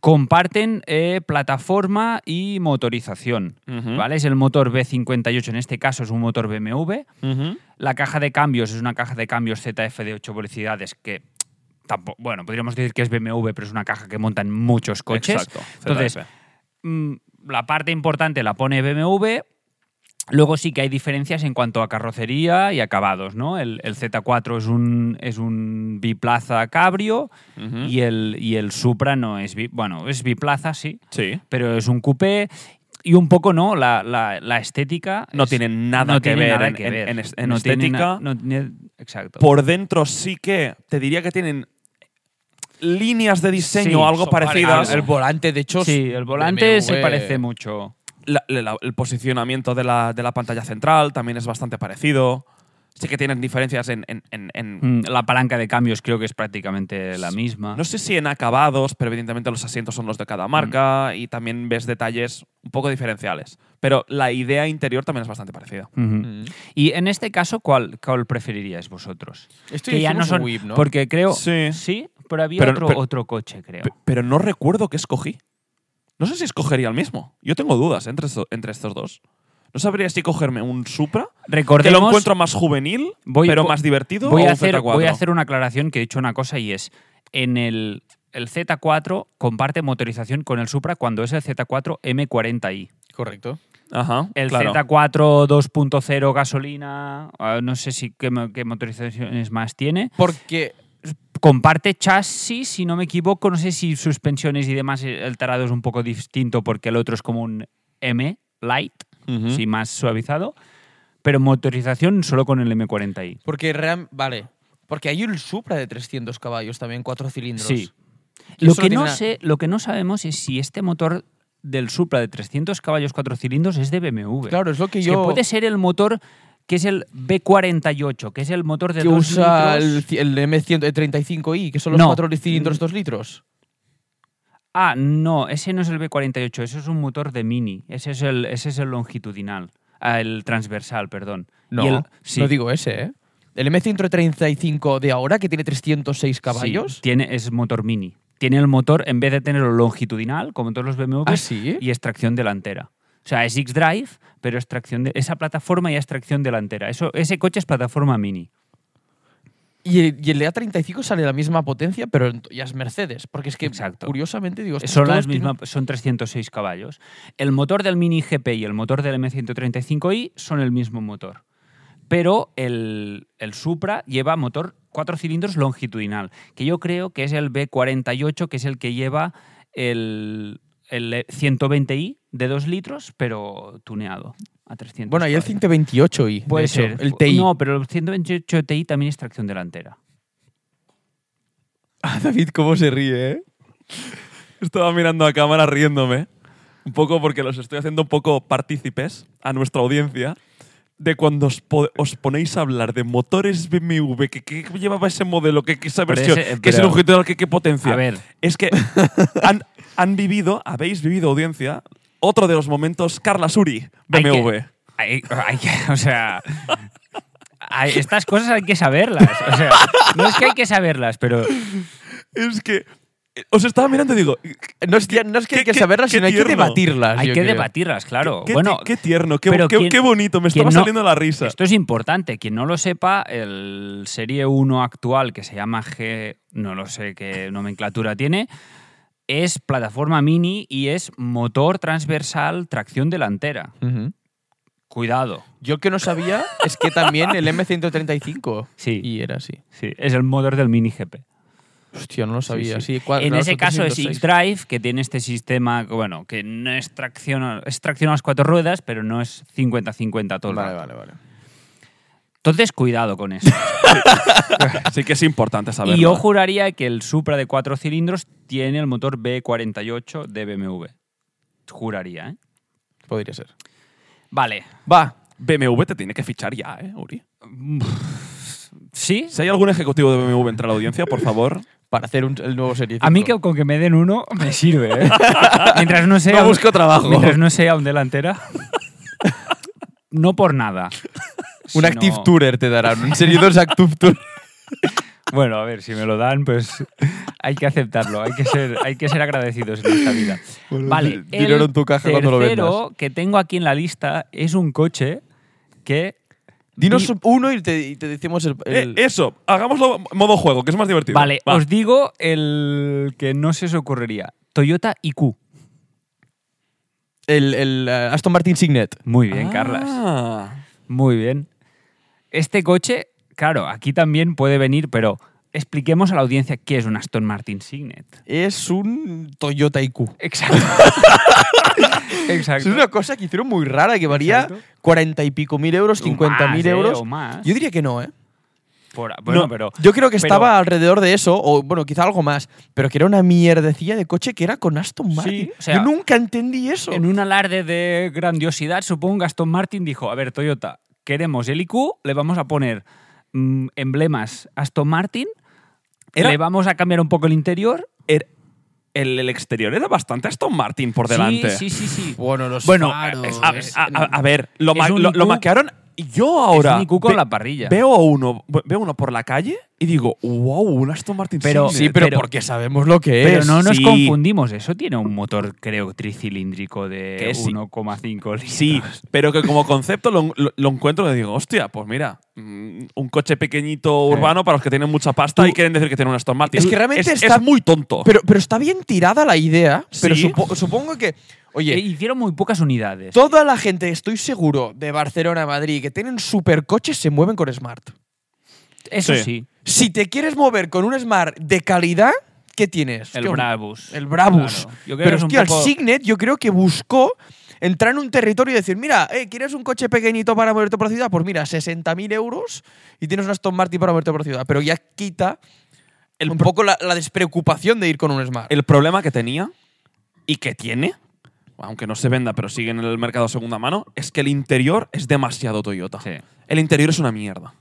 [SPEAKER 3] comparten eh, plataforma y motorización.
[SPEAKER 1] Ujú.
[SPEAKER 3] ¿Vale? Es el motor B58, en este caso es un motor BMW.
[SPEAKER 1] Ujú.
[SPEAKER 3] La caja de cambios es una caja de cambios ZF de 8 velocidades que tampoco, bueno, podríamos decir que es BMW, pero es una caja que montan muchos coches.
[SPEAKER 1] Exacto,
[SPEAKER 3] Entonces,
[SPEAKER 1] ZF.
[SPEAKER 3] mm, la parte importante la pone BMW. Luego sí que hay diferencias en cuanto a carrocería y acabados, ¿no? El, el Z4 es un, es un biplaza cabrio
[SPEAKER 1] Ujú.
[SPEAKER 3] y, el, y el Supra no es, bi- bueno, es biplaza, sí,
[SPEAKER 1] Sí.
[SPEAKER 3] pero es un coupé y un poco, ¿no? La, la- la estética...
[SPEAKER 1] No
[SPEAKER 3] es-
[SPEAKER 1] tiene nada
[SPEAKER 3] no
[SPEAKER 1] que
[SPEAKER 3] tiene
[SPEAKER 1] ver
[SPEAKER 3] nada
[SPEAKER 1] en-
[SPEAKER 3] que
[SPEAKER 1] en-
[SPEAKER 3] ver.
[SPEAKER 1] en es- en
[SPEAKER 3] No tiene
[SPEAKER 1] estética.
[SPEAKER 3] na- no tiene- exacto.
[SPEAKER 1] Por dentro sí que te diría que tienen líneas de diseño
[SPEAKER 3] Sí,
[SPEAKER 1] o algo
[SPEAKER 3] son parecidas.
[SPEAKER 1] parecidas.
[SPEAKER 2] El volante, de hecho.
[SPEAKER 3] sí, el volante se
[SPEAKER 2] BMW.
[SPEAKER 3] parece mucho.
[SPEAKER 1] La- la- la- el posicionamiento de la, de la pantalla central también es bastante parecido. Sí que tienen diferencias en... en- en- en-
[SPEAKER 3] Mm, La palanca de cambios creo que es prácticamente la misma.
[SPEAKER 1] No sé si en acabados, pero evidentemente los asientos son los de cada marca y también ves detalles un poco diferenciales. Pero la idea interior también es bastante parecida.
[SPEAKER 3] Ujú.
[SPEAKER 2] Mm.
[SPEAKER 3] Y en este caso, ¿cuál, cuál preferiríais vosotros?
[SPEAKER 2] Esto
[SPEAKER 3] que ya no
[SPEAKER 2] hicimos un
[SPEAKER 3] son.
[SPEAKER 2] whip, ¿no?
[SPEAKER 3] Porque creo.
[SPEAKER 1] Sí.
[SPEAKER 3] Sí. pero había
[SPEAKER 1] Pero-
[SPEAKER 3] otro,
[SPEAKER 1] pero-
[SPEAKER 3] otro coche, creo.
[SPEAKER 1] P- Pero no recuerdo qué escogí. No sé si escogería el mismo. Yo tengo dudas entre, esto- entre estos dos. No sabría si cogerme un Supra, que
[SPEAKER 3] Recordemos.
[SPEAKER 1] lo encuentro más juvenil,
[SPEAKER 3] Voy-
[SPEAKER 1] pero
[SPEAKER 3] vo-
[SPEAKER 1] más divertido,
[SPEAKER 3] voy,
[SPEAKER 1] o
[SPEAKER 3] a
[SPEAKER 1] un
[SPEAKER 3] hacer,
[SPEAKER 1] Z4.
[SPEAKER 3] voy a hacer una aclaración que he dicho una cosa y es. En el, el Z4 comparte motorización con el Supra cuando es el Z4 M40i.
[SPEAKER 2] Correcto.
[SPEAKER 1] Ajá,
[SPEAKER 3] El
[SPEAKER 1] claro.
[SPEAKER 3] Z4 2.0 gasolina, ah, no sé si qué, mo- qué motorizaciones más tiene.
[SPEAKER 2] Porque
[SPEAKER 3] comparte chasis, si no me equivoco, no sé si suspensiones y demás, el tarado es un poco distinto porque el otro es como un M light,
[SPEAKER 1] Ujú.
[SPEAKER 3] sí, más suavizado, pero motorización solo con el M40i.
[SPEAKER 2] Porque real- vale, porque hay un Supra de 300 caballos también, cuatro cilindros.
[SPEAKER 3] Sí, Lo
[SPEAKER 2] Eso
[SPEAKER 3] que,
[SPEAKER 2] tiene
[SPEAKER 3] no
[SPEAKER 2] nada-
[SPEAKER 3] sé, lo que no sabemos es si este motor del Supra de 300 caballos cuatro cilindros es de BMW.
[SPEAKER 2] Claro, es lo que
[SPEAKER 3] Es
[SPEAKER 2] yo.
[SPEAKER 3] que puede ser el motor que es el B48, que es el motor de
[SPEAKER 2] que
[SPEAKER 3] dos
[SPEAKER 2] usa
[SPEAKER 3] litros.
[SPEAKER 2] el, ci- el M135i, que son los
[SPEAKER 3] No.
[SPEAKER 2] cuatro cilindros, dos litros.
[SPEAKER 3] Ah, no, ese no es el B48, ese es un motor de mini. Ese es el, ese es el longitudinal. Ah, el transversal, perdón.
[SPEAKER 2] No,
[SPEAKER 3] Y el- sí,
[SPEAKER 2] no digo ese, ¿eh? El M135 de ahora, que tiene 306 caballos.
[SPEAKER 3] sí, tiene, es motor mini. Tiene el motor, en vez de tenerlo longitudinal, como todos los BMW,
[SPEAKER 2] ¿Ah, sí?
[SPEAKER 3] y es tracción delantera. O sea, es X-Drive, pero es tracción de, esa plataforma ya es tracción delantera. Eso, ese coche es plataforma mini.
[SPEAKER 2] Y el, y el A35 sale la misma potencia, pero ent- ya es Mercedes. Porque es que,
[SPEAKER 3] Exacto.
[SPEAKER 2] curiosamente, digo... ostras,
[SPEAKER 3] Son,
[SPEAKER 2] todos
[SPEAKER 3] las
[SPEAKER 2] tienen-
[SPEAKER 3] misma- son 306 caballos. El motor del Mini GP y el motor del M135i son el mismo motor. Pero el, el Supra lleva motor cuatro cilindros longitudinal, que yo creo que es el B48, que es el que lleva el, el 120i de 2 litros, pero tuneado a 300.
[SPEAKER 2] Bueno, y el
[SPEAKER 3] caballos.
[SPEAKER 2] 128i, de
[SPEAKER 3] Puede
[SPEAKER 2] hecho,
[SPEAKER 3] ser.
[SPEAKER 2] el TI.
[SPEAKER 3] No, pero el 128 TI también es tracción delantera.
[SPEAKER 2] Ah, David, cómo se ríe, ¿eh?
[SPEAKER 1] Estaba mirando a cámara riéndome, un poco porque los estoy haciendo un poco partícipes a nuestra audiencia de cuando os, po- os ponéis a hablar de motores BMW, que, que llevaba ese modelo, que, que esa
[SPEAKER 3] Pero
[SPEAKER 1] versión,
[SPEAKER 3] ese-
[SPEAKER 1] que es el
[SPEAKER 3] pero-
[SPEAKER 1] objetivo, que, que potencia.
[SPEAKER 3] A ver.
[SPEAKER 1] Es que han, han vivido, habéis vivido audiencia, otro de los momentos Carla Suri,
[SPEAKER 3] Hay que-
[SPEAKER 1] BMW.
[SPEAKER 3] hay- hay que- *laughs* o sea, hay- estas cosas hay que saberlas. O sea, no es que hay que saberlas, pero
[SPEAKER 1] Es que eh, os estaba mirando y digo,
[SPEAKER 2] No es, ya- no es que hay
[SPEAKER 1] qué-
[SPEAKER 2] que saberlas,
[SPEAKER 1] qué
[SPEAKER 2] sino hay que
[SPEAKER 1] tierno.
[SPEAKER 2] debatirlas.
[SPEAKER 3] hay
[SPEAKER 2] yo
[SPEAKER 3] que
[SPEAKER 2] creo.
[SPEAKER 3] debatirlas, claro.
[SPEAKER 1] qué,
[SPEAKER 3] bueno,
[SPEAKER 1] ti- qué tierno, qué,
[SPEAKER 3] pero
[SPEAKER 1] qué-
[SPEAKER 3] quién-
[SPEAKER 1] qué bonito, me
[SPEAKER 3] quién
[SPEAKER 1] estaba
[SPEAKER 3] no-
[SPEAKER 1] saliendo la risa.
[SPEAKER 3] Esto es importante. Quien no lo sepa, el Serie 1 actual, que se llama G, no lo sé qué nomenclatura tiene, es plataforma mini y es motor transversal tracción delantera.
[SPEAKER 2] Ujú.
[SPEAKER 3] Cuidado.
[SPEAKER 2] Yo que no sabía es que también el *laughs* M135.
[SPEAKER 3] Sí.
[SPEAKER 2] Y era así.
[SPEAKER 3] Sí, es el motor del Mini GP.
[SPEAKER 2] Hostia, no lo sabía.
[SPEAKER 3] sí.
[SPEAKER 2] Sí, cua-
[SPEAKER 3] en
[SPEAKER 2] claro,
[SPEAKER 3] ese
[SPEAKER 2] son
[SPEAKER 3] caso es
[SPEAKER 2] 306.
[SPEAKER 3] X-Drive, que tiene este sistema, que, bueno, que no es tracción, a- es tracción a las cuatro ruedas, pero no es 50-50 todo el
[SPEAKER 2] Vale,
[SPEAKER 3] rato.
[SPEAKER 2] vale, vale.
[SPEAKER 3] Entonces, cuidado con *laughs* eso.
[SPEAKER 1] Así que es importante saberlo.
[SPEAKER 3] y yo juraría que el Supra de cuatro cilindros tiene el motor B48 de BMW. Juraría, ¿eh?
[SPEAKER 2] Podría ser.
[SPEAKER 3] Vale.
[SPEAKER 2] Va.
[SPEAKER 1] BMW te tiene que fichar ya, ¿eh, Uri?
[SPEAKER 3] ¿Sí?
[SPEAKER 1] Si hay algún ejecutivo de BMW entre la audiencia, por favor.
[SPEAKER 2] Para hacer un- el nuevo serie.
[SPEAKER 3] A mí que, con que me den uno me sirve, *laughs* ¿eh? mientras no sea
[SPEAKER 2] No
[SPEAKER 3] un-
[SPEAKER 2] busco trabajo.
[SPEAKER 3] Mientras no sea un *laughs* delantera. no por nada.
[SPEAKER 2] Un
[SPEAKER 3] sino-
[SPEAKER 2] Active Tourer te darán. Un serie 2 Active
[SPEAKER 3] *laughs*
[SPEAKER 2] Tourer.
[SPEAKER 3] Bueno, a ver, si me lo dan, pues hay que aceptarlo, hay que ser, hay que ser agradecidos en esta vida. vale,
[SPEAKER 2] di- dinero
[SPEAKER 3] el
[SPEAKER 2] en tu caja cuando lo
[SPEAKER 3] tercero que tengo aquí en la lista es un coche que...
[SPEAKER 2] Dinos
[SPEAKER 3] Di-
[SPEAKER 2] uno y te, y te decimos el.
[SPEAKER 1] Eh,
[SPEAKER 2] el-
[SPEAKER 1] eso, hagámoslo modo juego, que es más divertido.
[SPEAKER 3] Vale,
[SPEAKER 1] Va.
[SPEAKER 3] os digo el que no se os ocurriría. Toyota IQ.
[SPEAKER 2] el- el, eh, Aston Martin Signet.
[SPEAKER 3] Muy bien,
[SPEAKER 1] Ah.
[SPEAKER 3] Carlas. Muy bien. Este coche, claro, aquí también puede venir, pero expliquemos a la audiencia qué es un Aston Martin Signet.
[SPEAKER 2] Es un Toyota IQ. *laughs*
[SPEAKER 3] Exacto.
[SPEAKER 2] Es
[SPEAKER 3] Exacto.
[SPEAKER 2] una cosa que hicieron muy rara, que varía
[SPEAKER 3] Exacto.
[SPEAKER 2] cuarenta y pico mil euros,
[SPEAKER 3] O
[SPEAKER 2] cincuenta
[SPEAKER 3] más,
[SPEAKER 2] mil
[SPEAKER 3] ¿eh?
[SPEAKER 2] euros.
[SPEAKER 3] O más.
[SPEAKER 2] Yo diría que no, ¿eh?
[SPEAKER 3] Por- bueno,
[SPEAKER 1] No,
[SPEAKER 3] pero
[SPEAKER 2] Yo creo que
[SPEAKER 3] Pero-
[SPEAKER 2] estaba alrededor de eso, o bueno, quizá algo más, pero que era una mierdecilla de coche que era con Aston Martin.
[SPEAKER 3] o sea,
[SPEAKER 2] Yo nunca entendí eso.
[SPEAKER 3] en un alarde de grandiosidad, supongo Aston Martin dijo, a ver, Toyota, queremos el IQ, le vamos a poner mm, emblemas Aston Martin,
[SPEAKER 1] Era-
[SPEAKER 3] le vamos a cambiar un poco el interior.
[SPEAKER 1] Er- el, el exterior era bastante Aston Martin por delante.
[SPEAKER 3] Sí, sí, sí. sí.
[SPEAKER 2] Bueno, los
[SPEAKER 1] Bueno,
[SPEAKER 2] faros,
[SPEAKER 1] eh, a,
[SPEAKER 2] es-
[SPEAKER 1] a- a- a ver, lo,
[SPEAKER 3] Es
[SPEAKER 1] ma-
[SPEAKER 3] un
[SPEAKER 1] lo- lo
[SPEAKER 3] IQ.
[SPEAKER 1] maquearon. Yo ahora.
[SPEAKER 3] Es un IQ con
[SPEAKER 1] ve-
[SPEAKER 3] la parrilla.
[SPEAKER 1] Veo a uno, veo uno por la calle y digo, wow, un Aston Martin.
[SPEAKER 3] Pero-
[SPEAKER 1] Signet".
[SPEAKER 2] sí, pero,
[SPEAKER 3] pero-
[SPEAKER 2] porque sabemos lo que
[SPEAKER 3] Pero
[SPEAKER 2] es.
[SPEAKER 3] no nos
[SPEAKER 1] sí.
[SPEAKER 3] confundimos, eso tiene un motor, creo, tricilíndrico
[SPEAKER 1] Que
[SPEAKER 3] de
[SPEAKER 1] sí.
[SPEAKER 3] 1,5 litros.
[SPEAKER 1] Sí, pero que como concepto lo, lo- lo encuentro y digo, hostia, pues mira, mm, un coche pequeñito urbano para los que tienen mucha pasta y quieren decir que tienen un Aston Martin.
[SPEAKER 2] Es que realmente
[SPEAKER 1] es,
[SPEAKER 2] está-
[SPEAKER 1] es muy tonto.
[SPEAKER 2] Pero, pero está bien tirada la idea, pero
[SPEAKER 1] Sí.
[SPEAKER 2] supo- supongo que.
[SPEAKER 3] Eh,
[SPEAKER 2] Oye,
[SPEAKER 3] Hicieron muy pocas unidades.
[SPEAKER 2] toda la gente, estoy seguro, de Barcelona a Madrid que tienen supercoches se mueven con Smart.
[SPEAKER 3] Eso
[SPEAKER 1] Sí.
[SPEAKER 3] sí,
[SPEAKER 2] Si te quieres mover con un Smart de calidad, ¿qué tienes?
[SPEAKER 3] el
[SPEAKER 2] Tío,
[SPEAKER 3] Brabus.
[SPEAKER 2] El Brabus.
[SPEAKER 3] Claro. Yo creo que
[SPEAKER 2] Pero
[SPEAKER 3] es un
[SPEAKER 2] hostia,
[SPEAKER 3] poco-
[SPEAKER 2] el Signet yo creo que buscó entrar en un territorio y decir, mira, eh, ¿quieres un coche pequeñito para moverte por la ciudad? Pues mira, 60.000 euros y tienes un Aston Martin para moverte por la ciudad. Pero ya quita
[SPEAKER 1] el
[SPEAKER 2] un
[SPEAKER 1] pro-
[SPEAKER 2] poco la, la despreocupación de ir con un Smart.
[SPEAKER 1] el problema que tenía y que tiene, aunque no se venda, pero sigue en el mercado segunda mano, es que el interior es demasiado Toyota.
[SPEAKER 3] Sí.
[SPEAKER 1] El interior es una mierda.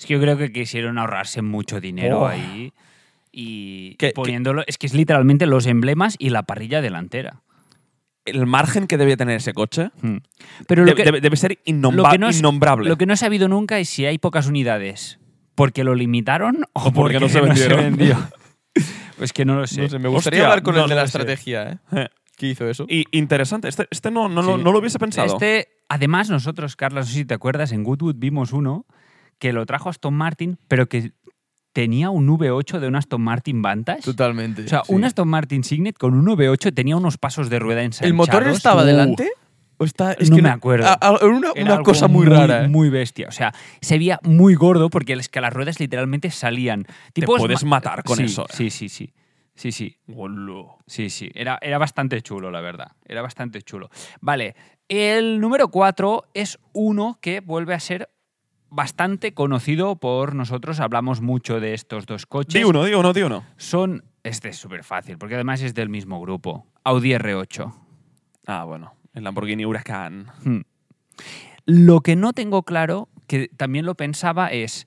[SPEAKER 3] Es que yo creo que quisieron ahorrarse mucho dinero
[SPEAKER 1] Oh.
[SPEAKER 3] ahí. Y
[SPEAKER 1] Que- que-
[SPEAKER 3] poniéndolo. Es que es literalmente los emblemas y la parrilla delantera.
[SPEAKER 1] El margen que debía tener ese coche
[SPEAKER 3] Hmm. Pero lo
[SPEAKER 1] debe,
[SPEAKER 3] que,
[SPEAKER 1] debe- debe ser
[SPEAKER 3] lo
[SPEAKER 1] innomba-
[SPEAKER 3] que no es-
[SPEAKER 1] innombrable.
[SPEAKER 3] Lo que no he sabido nunca es si hay pocas unidades porque lo limitaron o, porque, no se,
[SPEAKER 1] vendieron.
[SPEAKER 3] vendió. pues que no lo sé.
[SPEAKER 2] No sé, me gustaría
[SPEAKER 1] Hostia,
[SPEAKER 2] hablar con
[SPEAKER 1] no,
[SPEAKER 2] el de
[SPEAKER 1] no
[SPEAKER 2] la
[SPEAKER 1] sé.
[SPEAKER 2] estrategia, ¿eh?
[SPEAKER 3] *laughs*
[SPEAKER 1] Eh,
[SPEAKER 2] ¿Qué hizo eso?
[SPEAKER 1] y interesante, este, este no, no, lo-
[SPEAKER 3] Sí.
[SPEAKER 1] no lo hubiese pensado.
[SPEAKER 3] Este, además, nosotros, Carlos, no sé si te acuerdas, en Goodwood vimos uno que lo trajo Aston Martin, pero que tenía un V8 de un Aston Martin Vantage.
[SPEAKER 2] Totalmente.
[SPEAKER 3] O sea,
[SPEAKER 2] sí.
[SPEAKER 3] un Aston Martin Signet con un V8 tenía unos pasos de rueda ensanchados.
[SPEAKER 2] ¿El motor estaba
[SPEAKER 3] Uh,
[SPEAKER 2] delante? ¿O está, es
[SPEAKER 3] no
[SPEAKER 2] que
[SPEAKER 3] me acuerdo.
[SPEAKER 2] a- a- una
[SPEAKER 3] Era
[SPEAKER 2] una
[SPEAKER 3] algo
[SPEAKER 2] cosa muy, rara. ¿eh?
[SPEAKER 3] Muy bestia. O sea, se veía muy gordo porque es que las ruedas literalmente salían.
[SPEAKER 1] Te
[SPEAKER 3] Tipo, es
[SPEAKER 1] puedes
[SPEAKER 3] ma-
[SPEAKER 1] matar con
[SPEAKER 3] Sí,
[SPEAKER 1] eso. eh.
[SPEAKER 3] Sí, sí, sí. Sí, sí.
[SPEAKER 1] Golo.
[SPEAKER 3] Sí, sí. Era, era bastante chulo, la verdad. Era bastante chulo. Vale. El número 4 es uno que vuelve a ser bastante conocido por nosotros. Hablamos mucho de estos dos coches.
[SPEAKER 1] Di uno, di uno, di uno.
[SPEAKER 3] Son. Este es súper fácil, porque además es del mismo grupo. Audi R8.
[SPEAKER 1] Ah, bueno. El Lamborghini Huracán.
[SPEAKER 3] Hmm. Lo que no tengo claro, que también lo pensaba, es.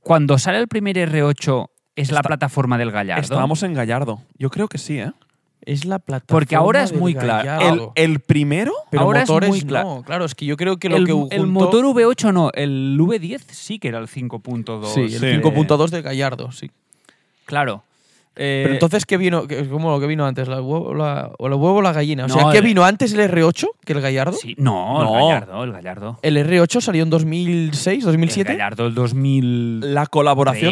[SPEAKER 3] Cuando sale el primer R8, es la
[SPEAKER 1] Está-
[SPEAKER 3] plataforma del Gallardo.
[SPEAKER 1] Estábamos en Gallardo. Yo creo que sí, ¿eh?
[SPEAKER 2] Es la plataforma.
[SPEAKER 3] Porque ahora es muy
[SPEAKER 2] del
[SPEAKER 3] claro.
[SPEAKER 2] Gallardo.
[SPEAKER 1] El, el primero.
[SPEAKER 2] pero
[SPEAKER 3] ahora es
[SPEAKER 2] motores
[SPEAKER 3] muy claro.
[SPEAKER 2] no. Claro, es que yo creo que lo
[SPEAKER 3] el,
[SPEAKER 2] que
[SPEAKER 3] el
[SPEAKER 2] juntó-
[SPEAKER 3] motor V8 no, el V10 sí que era el 5.2.
[SPEAKER 2] Sí, el Eh,
[SPEAKER 1] Sí.
[SPEAKER 3] de-
[SPEAKER 2] 5.2 de Gallardo, sí.
[SPEAKER 3] Claro. Eh,
[SPEAKER 2] Pero entonces, ¿qué vino? ¿Qué- ¿Cómo lo que vino antes? ¿La huevo, la, ¿O la huevo o la gallina? O sea,
[SPEAKER 3] No,
[SPEAKER 2] ¿qué
[SPEAKER 3] el-
[SPEAKER 2] vino antes el R8 que el Gallardo?
[SPEAKER 3] sí, no,
[SPEAKER 1] No.
[SPEAKER 3] el Gallardo, el Gallardo.
[SPEAKER 2] El R8 salió en 2006,
[SPEAKER 3] El
[SPEAKER 2] 2007.
[SPEAKER 3] Gallardo el 2003
[SPEAKER 1] La colaboración.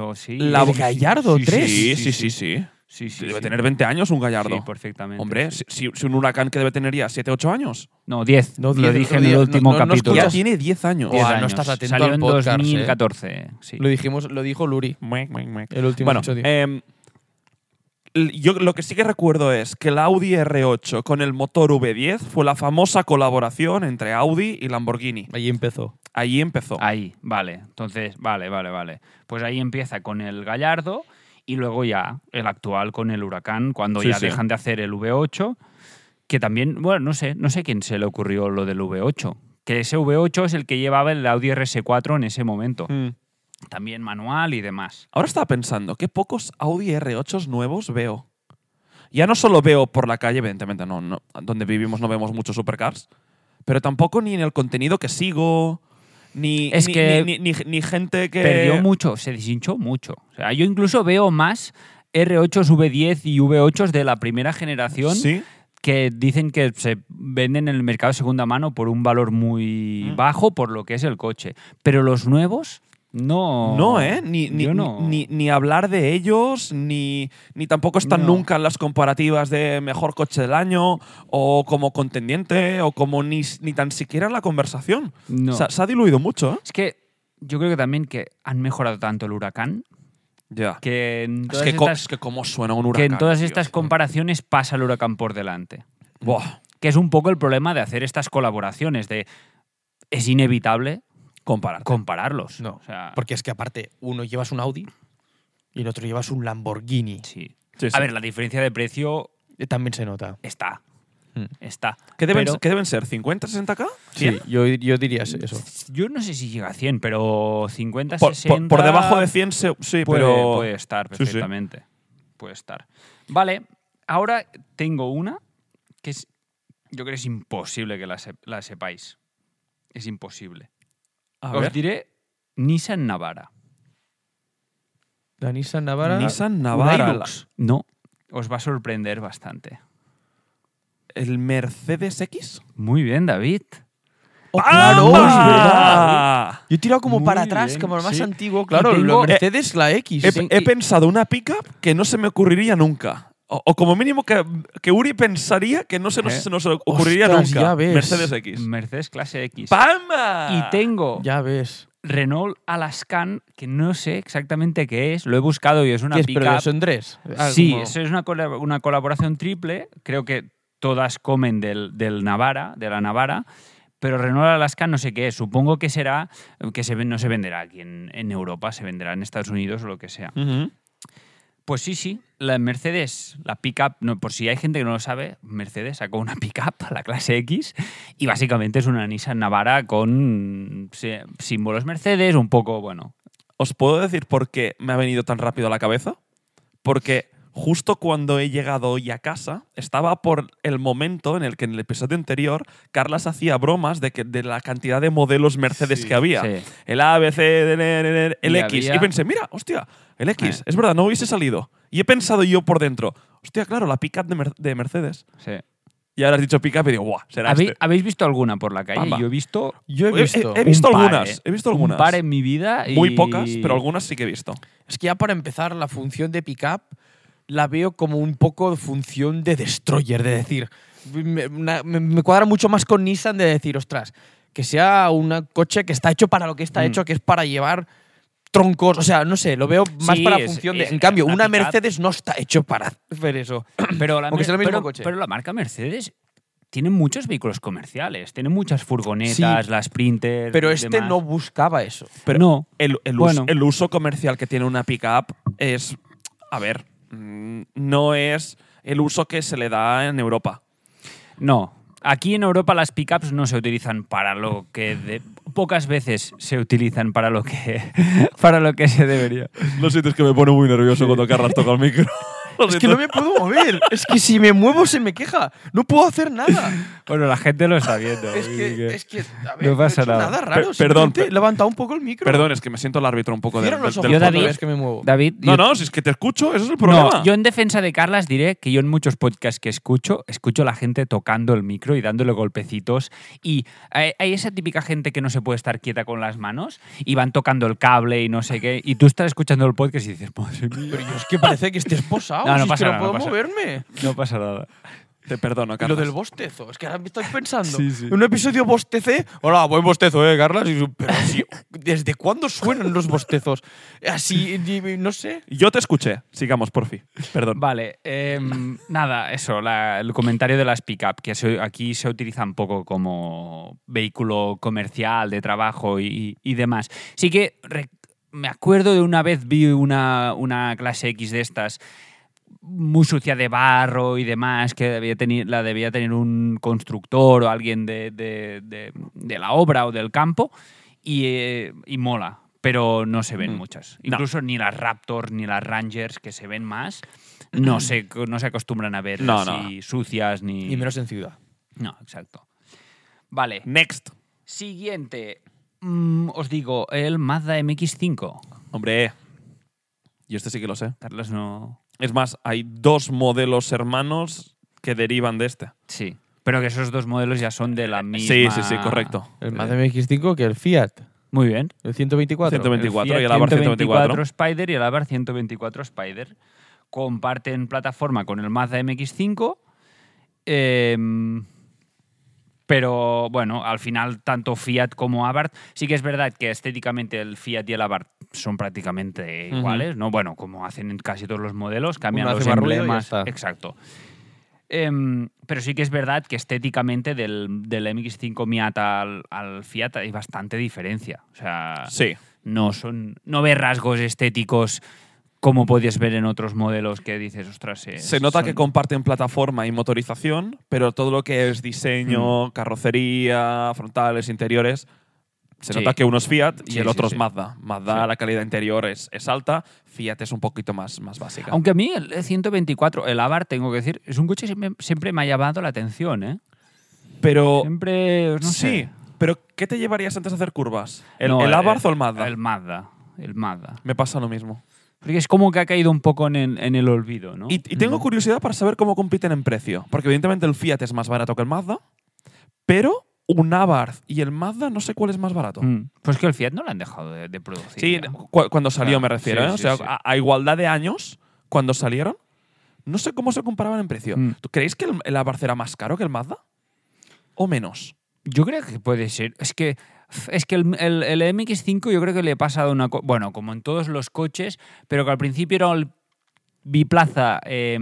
[SPEAKER 3] o sí.
[SPEAKER 2] La-
[SPEAKER 3] Sí,
[SPEAKER 2] el Gallardo
[SPEAKER 3] sí, sí,
[SPEAKER 2] tres.
[SPEAKER 1] Sí,
[SPEAKER 3] Sí,
[SPEAKER 1] sí, sí, sí.
[SPEAKER 3] Sí, sí,
[SPEAKER 1] Debe
[SPEAKER 3] sí.
[SPEAKER 1] tener 20 años un Gallardo.
[SPEAKER 3] Sí, perfectamente.
[SPEAKER 1] Hombre, si, si- si un huracán que debe tener ya 7, 8 años.
[SPEAKER 3] No, 10.
[SPEAKER 2] No,
[SPEAKER 3] lo
[SPEAKER 2] 10,
[SPEAKER 3] dije
[SPEAKER 2] no,
[SPEAKER 3] en el
[SPEAKER 2] 10,
[SPEAKER 3] último
[SPEAKER 2] no, no
[SPEAKER 3] capítulo.
[SPEAKER 2] escuchas
[SPEAKER 1] Ya tiene 10 años.
[SPEAKER 2] Buah,
[SPEAKER 3] Diez
[SPEAKER 2] no
[SPEAKER 3] años.
[SPEAKER 2] estás atento
[SPEAKER 3] Salió
[SPEAKER 2] al
[SPEAKER 3] en
[SPEAKER 2] podcast, eh.
[SPEAKER 3] 2014. Sí.
[SPEAKER 2] Lo dijimos, lo dijo Luri,
[SPEAKER 1] Muec, muec, muec.
[SPEAKER 2] el último
[SPEAKER 1] Bueno,
[SPEAKER 2] episodio.
[SPEAKER 1] em, l- yo lo que sí que recuerdo es que el Audi R8 con el motor V10 fue la famosa colaboración entre Audi y Lamborghini.
[SPEAKER 2] Allí empezó.
[SPEAKER 1] Allí empezó.
[SPEAKER 3] Ahí, vale. Entonces, vale, vale, vale. Pues ahí empieza con el Gallardo y luego ya el actual con el Huracán, cuando
[SPEAKER 1] Sí,
[SPEAKER 3] ya
[SPEAKER 1] sí.
[SPEAKER 3] dejan de hacer el V8, que también, bueno, no sé, no sé quién se le ocurrió lo del V8. Que ese V8 es el que llevaba el Audi RS4 en ese momento.
[SPEAKER 1] Mm.
[SPEAKER 3] También manual y demás.
[SPEAKER 1] Ahora estaba pensando, qué pocos Audi R8 nuevos veo. Ya no solo veo por la calle, evidentemente, no, no, donde vivimos no vemos muchos supercars, pero tampoco ni en el contenido que sigo, ni,
[SPEAKER 3] Es
[SPEAKER 1] ni-
[SPEAKER 3] que
[SPEAKER 1] ni- ni- ni- ni gente que...
[SPEAKER 3] Perdió mucho, se deshinchó mucho. O sea, yo incluso veo más R8, V10 y V8 de la primera generación
[SPEAKER 1] Sí,
[SPEAKER 3] que dicen que se venden en el mercado de segunda mano por un valor muy
[SPEAKER 1] Mm.
[SPEAKER 3] bajo por lo que es el coche. Pero los nuevos, no.
[SPEAKER 1] no, ¿eh? Ni, ni,
[SPEAKER 3] Yo no.
[SPEAKER 1] ni- ni hablar de ellos, ni, ni tampoco están
[SPEAKER 3] No.
[SPEAKER 1] nunca en las comparativas de mejor coche del año, o como contendiente, o como ni, ni tan siquiera en la conversación.
[SPEAKER 3] No.
[SPEAKER 1] Se, ha- se ha diluido mucho, ¿eh?
[SPEAKER 3] Es que yo creo que también que han mejorado tanto el huracán
[SPEAKER 1] Ya.
[SPEAKER 3] que en
[SPEAKER 1] Es
[SPEAKER 3] todas,
[SPEAKER 1] que, co-
[SPEAKER 3] estas,
[SPEAKER 1] es que cómo suena un
[SPEAKER 3] que
[SPEAKER 1] huracán.
[SPEAKER 3] en todas
[SPEAKER 1] tío.
[SPEAKER 3] estas comparaciones pasa el huracán por delante.
[SPEAKER 1] Buah,
[SPEAKER 3] Que es un poco el problema de hacer estas colaboraciones, de es inevitable
[SPEAKER 1] comparar.
[SPEAKER 3] compararlos.
[SPEAKER 2] No,
[SPEAKER 3] O sea,
[SPEAKER 2] porque es que aparte, uno llevas un Audi y el otro llevas un Lamborghini.
[SPEAKER 3] sí.
[SPEAKER 1] Sí, sí.
[SPEAKER 3] A ver, la diferencia de precio
[SPEAKER 2] Eh, También se nota.
[SPEAKER 3] está.
[SPEAKER 2] Mm.
[SPEAKER 3] Está.
[SPEAKER 1] ¿Qué deben,
[SPEAKER 3] Pero-
[SPEAKER 1] qué deben ser? ¿50, 60k?
[SPEAKER 2] Sí, yo, yo diría eso.
[SPEAKER 3] Yo no sé si llega a 100, pero 50,
[SPEAKER 1] Por, por-
[SPEAKER 3] 60.
[SPEAKER 1] por debajo de 100, se- sí,
[SPEAKER 3] puede,
[SPEAKER 1] pero.
[SPEAKER 3] puede estar
[SPEAKER 1] Sí, sí.
[SPEAKER 3] perfectamente. Puede estar. Vale, ahora tengo una que es, yo creo que es imposible que la, sep- la sepáis. Es imposible.
[SPEAKER 1] A
[SPEAKER 3] Os
[SPEAKER 1] ver.
[SPEAKER 3] diré Nissan Navara.
[SPEAKER 2] La Nissan Navara.
[SPEAKER 1] Nissan Navara.
[SPEAKER 2] Hilux.
[SPEAKER 3] No, os va a sorprender bastante.
[SPEAKER 1] ¿El Mercedes X? ¡Ah!
[SPEAKER 3] Muy bien, David.
[SPEAKER 2] ¡Oh,
[SPEAKER 3] Ah,
[SPEAKER 1] ¡Pam!
[SPEAKER 2] claro! Es verdad.
[SPEAKER 1] ¡Ah!
[SPEAKER 2] Yo he tirado como
[SPEAKER 3] Muy
[SPEAKER 2] para atrás,
[SPEAKER 3] bien,
[SPEAKER 2] como lo más
[SPEAKER 3] sí.
[SPEAKER 2] antiguo. Claro,
[SPEAKER 3] tengo- eh,
[SPEAKER 2] lo Mercedes, la X.
[SPEAKER 1] He,
[SPEAKER 2] Sí.
[SPEAKER 1] he
[SPEAKER 3] y-
[SPEAKER 1] pensado una pickup que no se me ocurriría nunca. O, o como mínimo que, que Uri pensaría que no se nos,
[SPEAKER 3] ¿Eh?
[SPEAKER 1] se nos ocurriría
[SPEAKER 2] Ostras,
[SPEAKER 1] nunca.
[SPEAKER 2] ya ves.
[SPEAKER 1] Mercedes X.
[SPEAKER 3] Mercedes clase X.
[SPEAKER 1] ¡Pam!
[SPEAKER 3] Mm. y tengo
[SPEAKER 2] Ya ves.
[SPEAKER 3] Renault Alaskan, que no sé exactamente qué es, lo he buscado y es una
[SPEAKER 2] ¿Qué es? Pero
[SPEAKER 3] pickup.
[SPEAKER 2] son tres. Ah,
[SPEAKER 3] Sí,
[SPEAKER 2] como-
[SPEAKER 3] eso es una, cola- una colaboración triple. Creo que todas comen del, del Navara, de la Navara, pero Renault Alaska no sé qué es. Supongo que será que se, ven- no se venderá aquí en, en Europa, se venderá en Estados Unidos o lo que sea. Pues sí, sí, la Mercedes, la pickup, no, por si hay gente que no lo sabe, Mercedes sacó una pickup a la clase X y básicamente es una Nissan Navara con sí, símbolos Mercedes, un poco, bueno,
[SPEAKER 1] ¿Os puedo decir por qué me ha venido tan rápido a la cabeza? Porque justo cuando he llegado hoy a casa, estaba por el momento en el que en el episodio anterior Carlas hacía bromas de, que, de la cantidad de modelos Mercedes
[SPEAKER 2] Sí,
[SPEAKER 1] que había.
[SPEAKER 3] sí.
[SPEAKER 1] El A, B, C, D, N, N, N, el
[SPEAKER 3] Y
[SPEAKER 1] X.
[SPEAKER 3] había-
[SPEAKER 1] Y pensé, mira, hostia, el X.
[SPEAKER 3] Eh.
[SPEAKER 1] Es verdad, no hubiese salido. Y he pensado yo por dentro, hostia, claro, la pickup de, Mer- de Mercedes.
[SPEAKER 3] sí.
[SPEAKER 1] Y ahora has dicho pickup y digo, guau, será
[SPEAKER 3] ¿Habéis,
[SPEAKER 1] este.
[SPEAKER 3] habéis visto alguna por la calle?
[SPEAKER 1] Pamba.
[SPEAKER 3] Yo he visto
[SPEAKER 2] Yo he
[SPEAKER 1] He- he-
[SPEAKER 2] visto.
[SPEAKER 1] he visto
[SPEAKER 3] un par,
[SPEAKER 1] algunas,
[SPEAKER 3] ¿eh?
[SPEAKER 1] he visto
[SPEAKER 3] Un
[SPEAKER 1] algunas.
[SPEAKER 3] par en mi vida. y-
[SPEAKER 1] Muy pocas, pero algunas sí que he visto.
[SPEAKER 2] Es que ya para empezar, la función de pickup la veo como un poco función de destroyer, de decir, me, una- me- me cuadra mucho más con Nissan de decir, ostras, que sea un coche que está hecho para lo que está
[SPEAKER 3] Mm.
[SPEAKER 2] hecho, que es para llevar troncos, o sea, no sé, lo veo más
[SPEAKER 3] Sí,
[SPEAKER 2] para
[SPEAKER 3] es-
[SPEAKER 2] función
[SPEAKER 3] es-
[SPEAKER 2] de... En cambio,
[SPEAKER 3] la
[SPEAKER 2] una
[SPEAKER 3] pickup-
[SPEAKER 2] Mercedes no está hecho para hacer eso.
[SPEAKER 3] *clears throat* Pero la,
[SPEAKER 2] Aunque
[SPEAKER 3] mer-
[SPEAKER 2] sea el mismo
[SPEAKER 3] pero-
[SPEAKER 2] coche.
[SPEAKER 3] pero la marca Mercedes tiene muchos vehículos comerciales, tiene muchas furgonetas, las Sprinter.
[SPEAKER 2] Pero
[SPEAKER 3] y
[SPEAKER 2] este
[SPEAKER 3] demás.
[SPEAKER 2] no buscaba eso.
[SPEAKER 1] Pero
[SPEAKER 3] No.
[SPEAKER 1] El, el
[SPEAKER 3] Bueno.
[SPEAKER 1] us- el uso comercial que tiene una pickup es. A ver, mm, no es el uso que se le da en Europa.
[SPEAKER 3] No. Aquí en Europa las pickups no se utilizan para lo que de- pocas veces se utilizan para lo que *laughs* para lo que se debería.
[SPEAKER 1] *laughs* Lo siento, es que me pone muy nervioso cuando Carras toca el *laughs* micro.
[SPEAKER 2] Es que no me puedo mover, es que si me muevo se me queja, no puedo hacer nada.
[SPEAKER 3] Bueno, la gente lo está viendo.
[SPEAKER 2] Es que, es que, a ver,
[SPEAKER 3] no
[SPEAKER 2] no
[SPEAKER 3] pasa
[SPEAKER 2] he hecho
[SPEAKER 3] nada.
[SPEAKER 2] nada. raro.
[SPEAKER 1] Per- perdón,
[SPEAKER 2] simplemente
[SPEAKER 1] per-
[SPEAKER 2] he levantado un poco el micro.
[SPEAKER 1] Perdón, es que me siento el árbitro un poco de,
[SPEAKER 2] Cierra los
[SPEAKER 1] del-
[SPEAKER 2] ojos
[SPEAKER 1] del
[SPEAKER 3] Yo,
[SPEAKER 2] cuando
[SPEAKER 1] podcast.
[SPEAKER 3] David-
[SPEAKER 2] veas que me muevo.
[SPEAKER 3] David,
[SPEAKER 1] No,
[SPEAKER 3] yo-
[SPEAKER 1] no, si es que te escucho, ese es el
[SPEAKER 3] No,
[SPEAKER 1] problema.
[SPEAKER 3] yo en defensa de Carlas diré que yo en muchos podcasts que escucho, escucho a la gente tocando el micro y dándole golpecitos. Y eh, hay esa típica gente que no se puede estar quieta con las manos y van tocando el cable y no sé qué. Y tú estás escuchando el podcast y dices, madre mía,
[SPEAKER 2] Pero yo es que parece que estés posado.
[SPEAKER 3] *laughs* No, no
[SPEAKER 2] si es
[SPEAKER 3] pasa
[SPEAKER 2] que no
[SPEAKER 3] nada, no
[SPEAKER 2] puedo
[SPEAKER 3] pasa.
[SPEAKER 2] moverme.
[SPEAKER 3] no pasa nada.
[SPEAKER 1] Te perdono,
[SPEAKER 2] Y lo
[SPEAKER 1] Carlas.
[SPEAKER 2] del bostezo. Es que ahora me estoy pensando.
[SPEAKER 3] Sí, sí.
[SPEAKER 2] En un episodio bostecé. Hola, buen bostezo, ¿eh, Carlas? Y yo, Pero sí, ¿desde cuándo suenan los bostezos? Así, ni- no sé.
[SPEAKER 1] Yo te escuché. Sigamos, por fin. Perdón.
[SPEAKER 3] Vale, em, nada, eso, la- el comentario de las pick-up, que se- aquí se utilizan poco como vehículo comercial, de trabajo y, y demás. Sí que re- me acuerdo de una vez vi una, una clase X de estas muy sucia de barro y demás, que debía tener, la debía tener un constructor o alguien de, de- de- de la obra o del campo, y, eh, y mola, pero no se ven
[SPEAKER 1] Mm.
[SPEAKER 3] muchas.
[SPEAKER 1] No.
[SPEAKER 3] Incluso ni las Raptors ni las Rangers, que se ven más, no se, no se acostumbran a ver
[SPEAKER 1] No,
[SPEAKER 3] así sucias ni...
[SPEAKER 2] Y menos en ciudad.
[SPEAKER 3] No, exacto. Vale,
[SPEAKER 1] Next.
[SPEAKER 3] siguiente. Mm, os digo, el Mazda MX5.
[SPEAKER 1] Hombre. Yo este sí que lo sé.
[SPEAKER 3] Carlos no...
[SPEAKER 1] Es más, hay dos modelos hermanos que derivan de este.
[SPEAKER 3] Sí. Pero que esos dos modelos ya son de la misma...
[SPEAKER 1] Eh, Sí, sí, sí, correcto.
[SPEAKER 3] Eh.
[SPEAKER 2] El más MX5 que el Fiat.
[SPEAKER 3] Muy bien.
[SPEAKER 2] El 124.
[SPEAKER 1] 120. 24 y el
[SPEAKER 3] Fiat
[SPEAKER 1] Abarth 124.
[SPEAKER 3] Spider y el Abarth 124 Spider comparten plataforma con el Mazda MX-5. em, pero bueno, al final tanto Fiat como Abarth, sí que es verdad que estéticamente el Fiat y el Abarth son prácticamente
[SPEAKER 2] Ujú.
[SPEAKER 3] iguales, ¿no? Bueno, como hacen en casi todos los modelos, cambian
[SPEAKER 2] Uno hace más
[SPEAKER 3] los
[SPEAKER 2] ruido y ya
[SPEAKER 3] emblemas.
[SPEAKER 2] está.
[SPEAKER 3] Exacto. Em, pero sí que es verdad que estéticamente del, del MX5 Miata al, al Fiat hay bastante diferencia. O sea,
[SPEAKER 1] Sí.
[SPEAKER 3] no son no ves rasgos estéticos como podías ver en otros modelos que dices, ostras, eh,
[SPEAKER 1] Se nota
[SPEAKER 3] son-
[SPEAKER 1] que comparten plataforma y motorización, pero todo lo que es diseño,
[SPEAKER 3] Mm.
[SPEAKER 1] carrocería, frontales, interiores, se
[SPEAKER 3] Sí.
[SPEAKER 1] nota que uno es Fiat y
[SPEAKER 3] Sí,
[SPEAKER 1] el
[SPEAKER 3] sí,
[SPEAKER 1] otro
[SPEAKER 3] sí.
[SPEAKER 1] es Mazda. Mazda,
[SPEAKER 3] Sí.
[SPEAKER 1] la calidad interior es, es alta, Fiat es un poquito más, más básica.
[SPEAKER 3] Aunque a mí el 124, el Abarth, tengo que decir, es un coche que siempre, siempre me ha llamado la atención, ¿eh?
[SPEAKER 1] pero
[SPEAKER 3] Siempre, no
[SPEAKER 1] Oh. sí,
[SPEAKER 3] sé.
[SPEAKER 1] pero ¿qué te llevarías antes de hacer curvas? ¿El,
[SPEAKER 3] No, eh,
[SPEAKER 1] el Abarth o el Mazda?
[SPEAKER 3] El Mazda, el Mazda.
[SPEAKER 1] Me pasa lo mismo.
[SPEAKER 3] Porque es como que ha caído un poco en el, en el olvido, ¿no?
[SPEAKER 1] Y, y tengo curiosidad para saber cómo compiten en precio, porque evidentemente el Fiat es más barato que el Mazda, pero un Abarth y el Mazda no sé cuál es más barato.
[SPEAKER 3] Mm. Pues que el Fiat no lo han dejado de, de producir. ¿eh?
[SPEAKER 1] Sí,
[SPEAKER 3] ya.
[SPEAKER 1] cu- cuando salió
[SPEAKER 3] Claro,
[SPEAKER 1] me refiero.
[SPEAKER 3] sí,
[SPEAKER 1] ¿eh? O
[SPEAKER 3] sí,
[SPEAKER 1] sea,
[SPEAKER 3] sí.
[SPEAKER 1] a, a igualdad de años, cuando salieron, no sé cómo se comparaban en precio.
[SPEAKER 3] Mm.
[SPEAKER 1] ¿Tú creéis que el, el Abarth era más caro que el Mazda? ¿O menos?
[SPEAKER 3] Yo creo que puede ser. Es que, es que el, el- el MX5 yo creo que le he pasado una... co- Bueno, como en todos los coches, pero que al principio era el biplaza eh,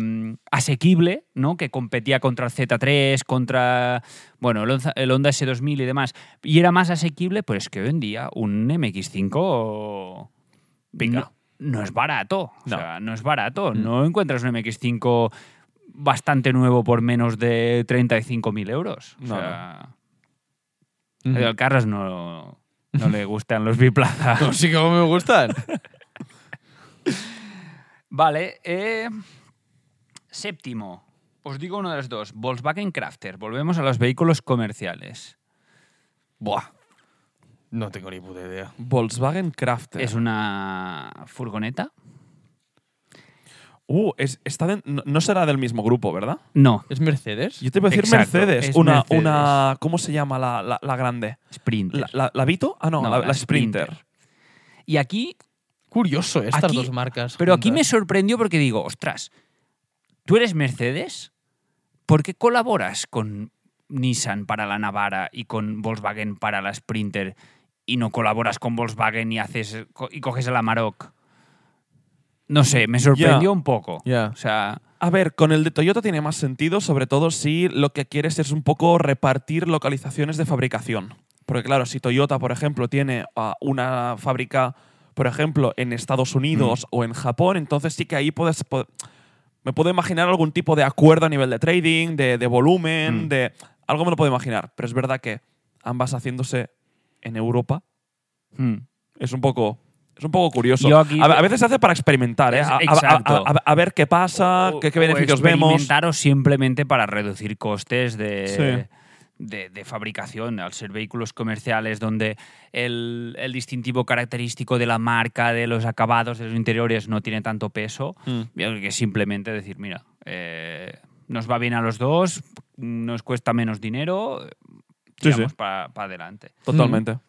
[SPEAKER 3] asequible, ¿no? Que competía contra el Z3, contra bueno, el, Honda- el Honda S2000 y demás. Y era más asequible, pero es que hoy en día un MX5 no, no es barato.
[SPEAKER 2] No.
[SPEAKER 3] O sea, no es barato.
[SPEAKER 1] Mm.
[SPEAKER 3] No encuentras un MX5 bastante nuevo por menos de 35.000 euros. O
[SPEAKER 1] No,
[SPEAKER 3] sea, a Carras no, no le gustan los biplazas.
[SPEAKER 2] No, *laughs* sí que no me gustan.
[SPEAKER 3] *laughs* Vale, eh, séptimo. Os digo uno de los dos. Volkswagen Crafter. Volvemos a los vehículos comerciales.
[SPEAKER 2] Buah. No tengo ni puta idea.
[SPEAKER 1] Volkswagen Crafter.
[SPEAKER 3] Es una furgoneta.
[SPEAKER 1] Uh, es- está den- no, no será del mismo grupo, ¿verdad?
[SPEAKER 3] No,
[SPEAKER 2] ¿Es Mercedes?
[SPEAKER 1] Yo te iba a decir
[SPEAKER 3] Exacto,
[SPEAKER 1] Mercedes.
[SPEAKER 3] es
[SPEAKER 1] Una,
[SPEAKER 3] Mercedes.
[SPEAKER 1] una. ¿Cómo se llama la, la- la grande?
[SPEAKER 3] Sprinter.
[SPEAKER 1] ¿La, la, la Vito? Ah, no,
[SPEAKER 3] No,
[SPEAKER 1] la,
[SPEAKER 3] la
[SPEAKER 1] la Sprinter.
[SPEAKER 3] Sprinter. Y aquí,
[SPEAKER 2] Curioso, estas
[SPEAKER 3] Aquí-
[SPEAKER 2] dos marcas.
[SPEAKER 3] pero aquí me
[SPEAKER 2] juntas.
[SPEAKER 3] sorprendió porque digo, ostras, ¿tú eres Mercedes? ¿Por qué colaboras con Nissan para la Navara y con Volkswagen para la Sprinter y no colaboras con Volkswagen y haces co- y coges el Amarok? No sé, me sorprendió un poco.
[SPEAKER 2] Ya.
[SPEAKER 3] O sea,
[SPEAKER 1] A ver, con el de Toyota tiene más sentido, sobre todo si lo que quieres es un poco repartir localizaciones de fabricación. Porque claro, si Toyota, por ejemplo, tiene ah, una fábrica, por ejemplo, en Estados Unidos o en Japón, entonces sí que ahí puedes... po- me puedo imaginar algún tipo de acuerdo a nivel de trading, de, de volumen, de... Algo me lo puedo imaginar, pero es verdad que ambas haciéndose en Europa
[SPEAKER 3] mm,
[SPEAKER 1] es un poco... Es un poco curioso.
[SPEAKER 3] Yo
[SPEAKER 1] A,
[SPEAKER 3] aquí-
[SPEAKER 1] a veces se hace para experimentar, ¿eh?
[SPEAKER 3] Es-
[SPEAKER 1] A- a- a-
[SPEAKER 3] exacto.
[SPEAKER 1] a- a- a ver qué pasa,
[SPEAKER 3] o-
[SPEAKER 1] qué, qué
[SPEAKER 3] o
[SPEAKER 1] beneficios vemos.
[SPEAKER 3] experimentar o simplemente para reducir costes de,
[SPEAKER 1] Sí.
[SPEAKER 3] de, de fabricación, al ser vehículos comerciales donde el, el distintivo característico de la marca, de los acabados, de los interiores no tiene tanto peso,
[SPEAKER 1] Mm.
[SPEAKER 3] yo que simplemente decir, mira, eh, nos va bien a los dos, nos cuesta menos dinero,
[SPEAKER 1] Sí,
[SPEAKER 3] tiramos
[SPEAKER 1] sí.
[SPEAKER 3] para adelante.
[SPEAKER 1] Totalmente.
[SPEAKER 3] Mm.